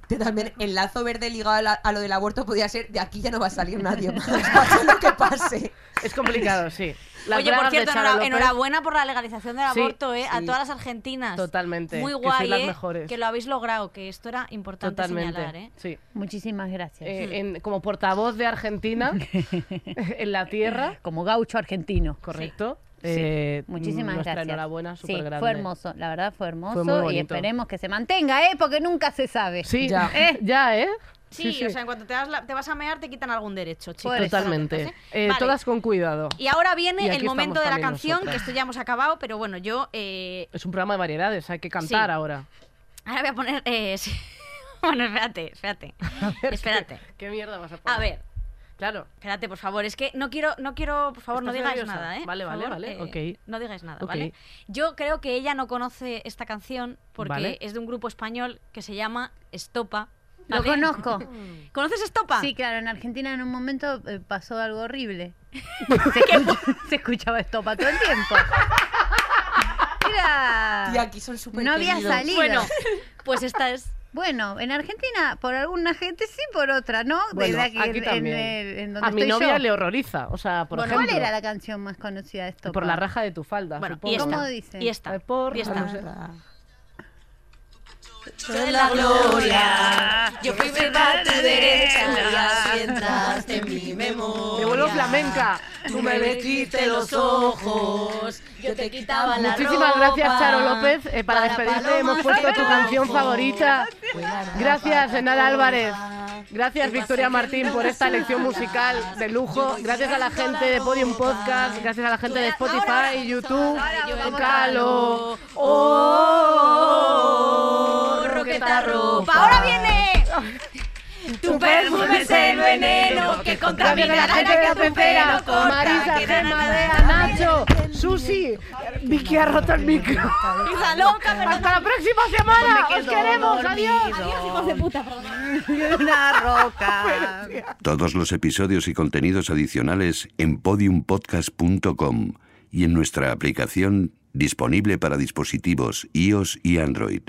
F: Que también el lazo verde ligado a, la- a lo del aborto podía ser de aquí ya no va a salir nadie más. (laughs) Pase lo que pase.
B: Es complicado, sí. Las
C: Oye, por
B: bragas de
C: cierto,
B: Charo
C: enhora-
B: López,
C: enhorabuena por la legalización del
B: Sí,
C: aborto, ¿eh? A
F: sí.
C: todas las argentinas.
B: Totalmente.
C: Muy
B: que
C: guay,
B: sois las
C: ¿eh?
B: mejores.
C: Que lo habéis logrado, que esto era importante
B: Totalmente.
C: señalar, ¿eh?
B: Sí.
D: Muchísimas gracias.
B: Eh, en- como portavoz de
C: (laughs)
B: Argentina en la tierra,
D: Como gaucho argentino.
B: correcto. Eh,
D: Muchísimas
B: nuestra
D: gracias.
B: Enhorabuena,
D: sí,
B: súper grande.
D: fue hermoso, la verdad fue hermoso
B: Fue muy
D: y
B: bonito.
D: esperemos que se mantenga, ¿eh? Porque nunca se sabe.
B: Sí,
F: Ya.
B: ya, ¿eh? Ya, ¿eh?
C: Sí, o sea, en cuanto te, das la- te vas a mear, te quitan algún derecho, chicos.
D: Por eso,
B: totalmente.
C: ¿eh?
B: Eh,
C: Vale.
B: Todas con cuidado.
C: Y ahora
B: Y
C: viene
B: aquí
C: el momento
B: estamos
C: de la
B: también
C: canción,
B: nosotras.
C: que esto ya hemos acabado, pero bueno, yo eh,
B: Es un programa de variedades, hay que cantar
C: Sí.
B: ahora.
C: ahora voy a poner... eh, (laughs) sí. bueno, espérate,
B: (laughs)
C: espérate. espérate.
B: ¿Qué, mierda vas a poner?
C: A ver,
B: Claro.
C: espérate, por favor, es que no quiero, no quiero, por favor, no
B: ¿Estás
C: digáis
B: nerviosa?
C: nada, ¿eh?
B: Vale,
C: Por
B: vale,
C: favor,
B: vale,
C: eh,
B: ok.
C: No digáis nada,
B: Ok.
C: ¿vale? Yo creo que ella no conoce esta canción porque
B: Vale.
C: es de un grupo español que se llama Estopa.
D: Lo
C: ¿vale?
D: conozco.
B: (laughs)
C: ¿Conoces Estopa?
D: Sí, claro, en Argentina en un momento eh, pasó
B: (laughs)
D: algo horrible. Se, escucha- (laughs) se escuchaba estopa todo
B: (laughs)
D: el tiempo. Era...
F: Y aquí son súper
D: Ah. No había
F: queridos.
D: salido.
C: Bueno, pues esta es...
D: Bueno, en Argentina, por alguna gente sí, por otra, ¿no? De
B: Bueno,
D: la que-
B: aquí
D: en
B: también.
D: el- en donde
B: A mi
D: estoy
B: novia
D: yo.
B: le horroriza. O sea, por
D: Bueno,
B: ejemplo.
D: ¿Cuál era la canción más conocida de esto?
B: Por la raja de tu falda.
C: Bueno,
B: supongo.
C: y esta.
D: ¿Cómo dice?
C: Y esta.
B: Ay, por-
C: Y esta.
B: Ah, no sé.
C: de la gloria. Yo fui verdad tu derecha y entraste en mi
B: Me
C: memoria.
B: vuelvo flamenca.
C: Tú me vestiste los ojos, yo te quitaba la
B: Muchísimas
C: ropa.
B: gracias, Charo López. Eh, para despedirte
C: palomas
B: hemos puesto
C: que
B: tu canción
C: rojo.
B: favorita. Gracias, Enara Álvarez. Gracias,
C: Te vas
B: Victoria Martín, por esta
C: haciendo
B: elección
C: las
B: musical de lujo. Gracias a la gente de Podium Podcast. Gracias a la gente de
C: Ahora,
B: Spotify,
C: ahora,
B: YouTube.
C: ahora vamos a
B: Calo.
C: calor.
B: Oh,
C: Roqueta ropa. Ahora viene. Tu perfume es el veneno que
B: Gracias a la
C: contamina
B: gente de la
C: que tu pelo
B: pecera.
C: corta,
B: Marisa,
C: que na, na,
B: Gemma,
C: na,
B: Bea,
C: na, na.
B: Nacho, Susi. Vicky ha roto el micro.
C: Esa loca, perdón.
B: Hasta la próxima semana. Os queremos. Adiós.
C: Adiós, hijos de puta, perdón.
D: Una roca.
E: Todos los episodios y contenidos adicionales en podiumpodcast.com y en nuestra aplicación disponible para dispositivos iOS y Android.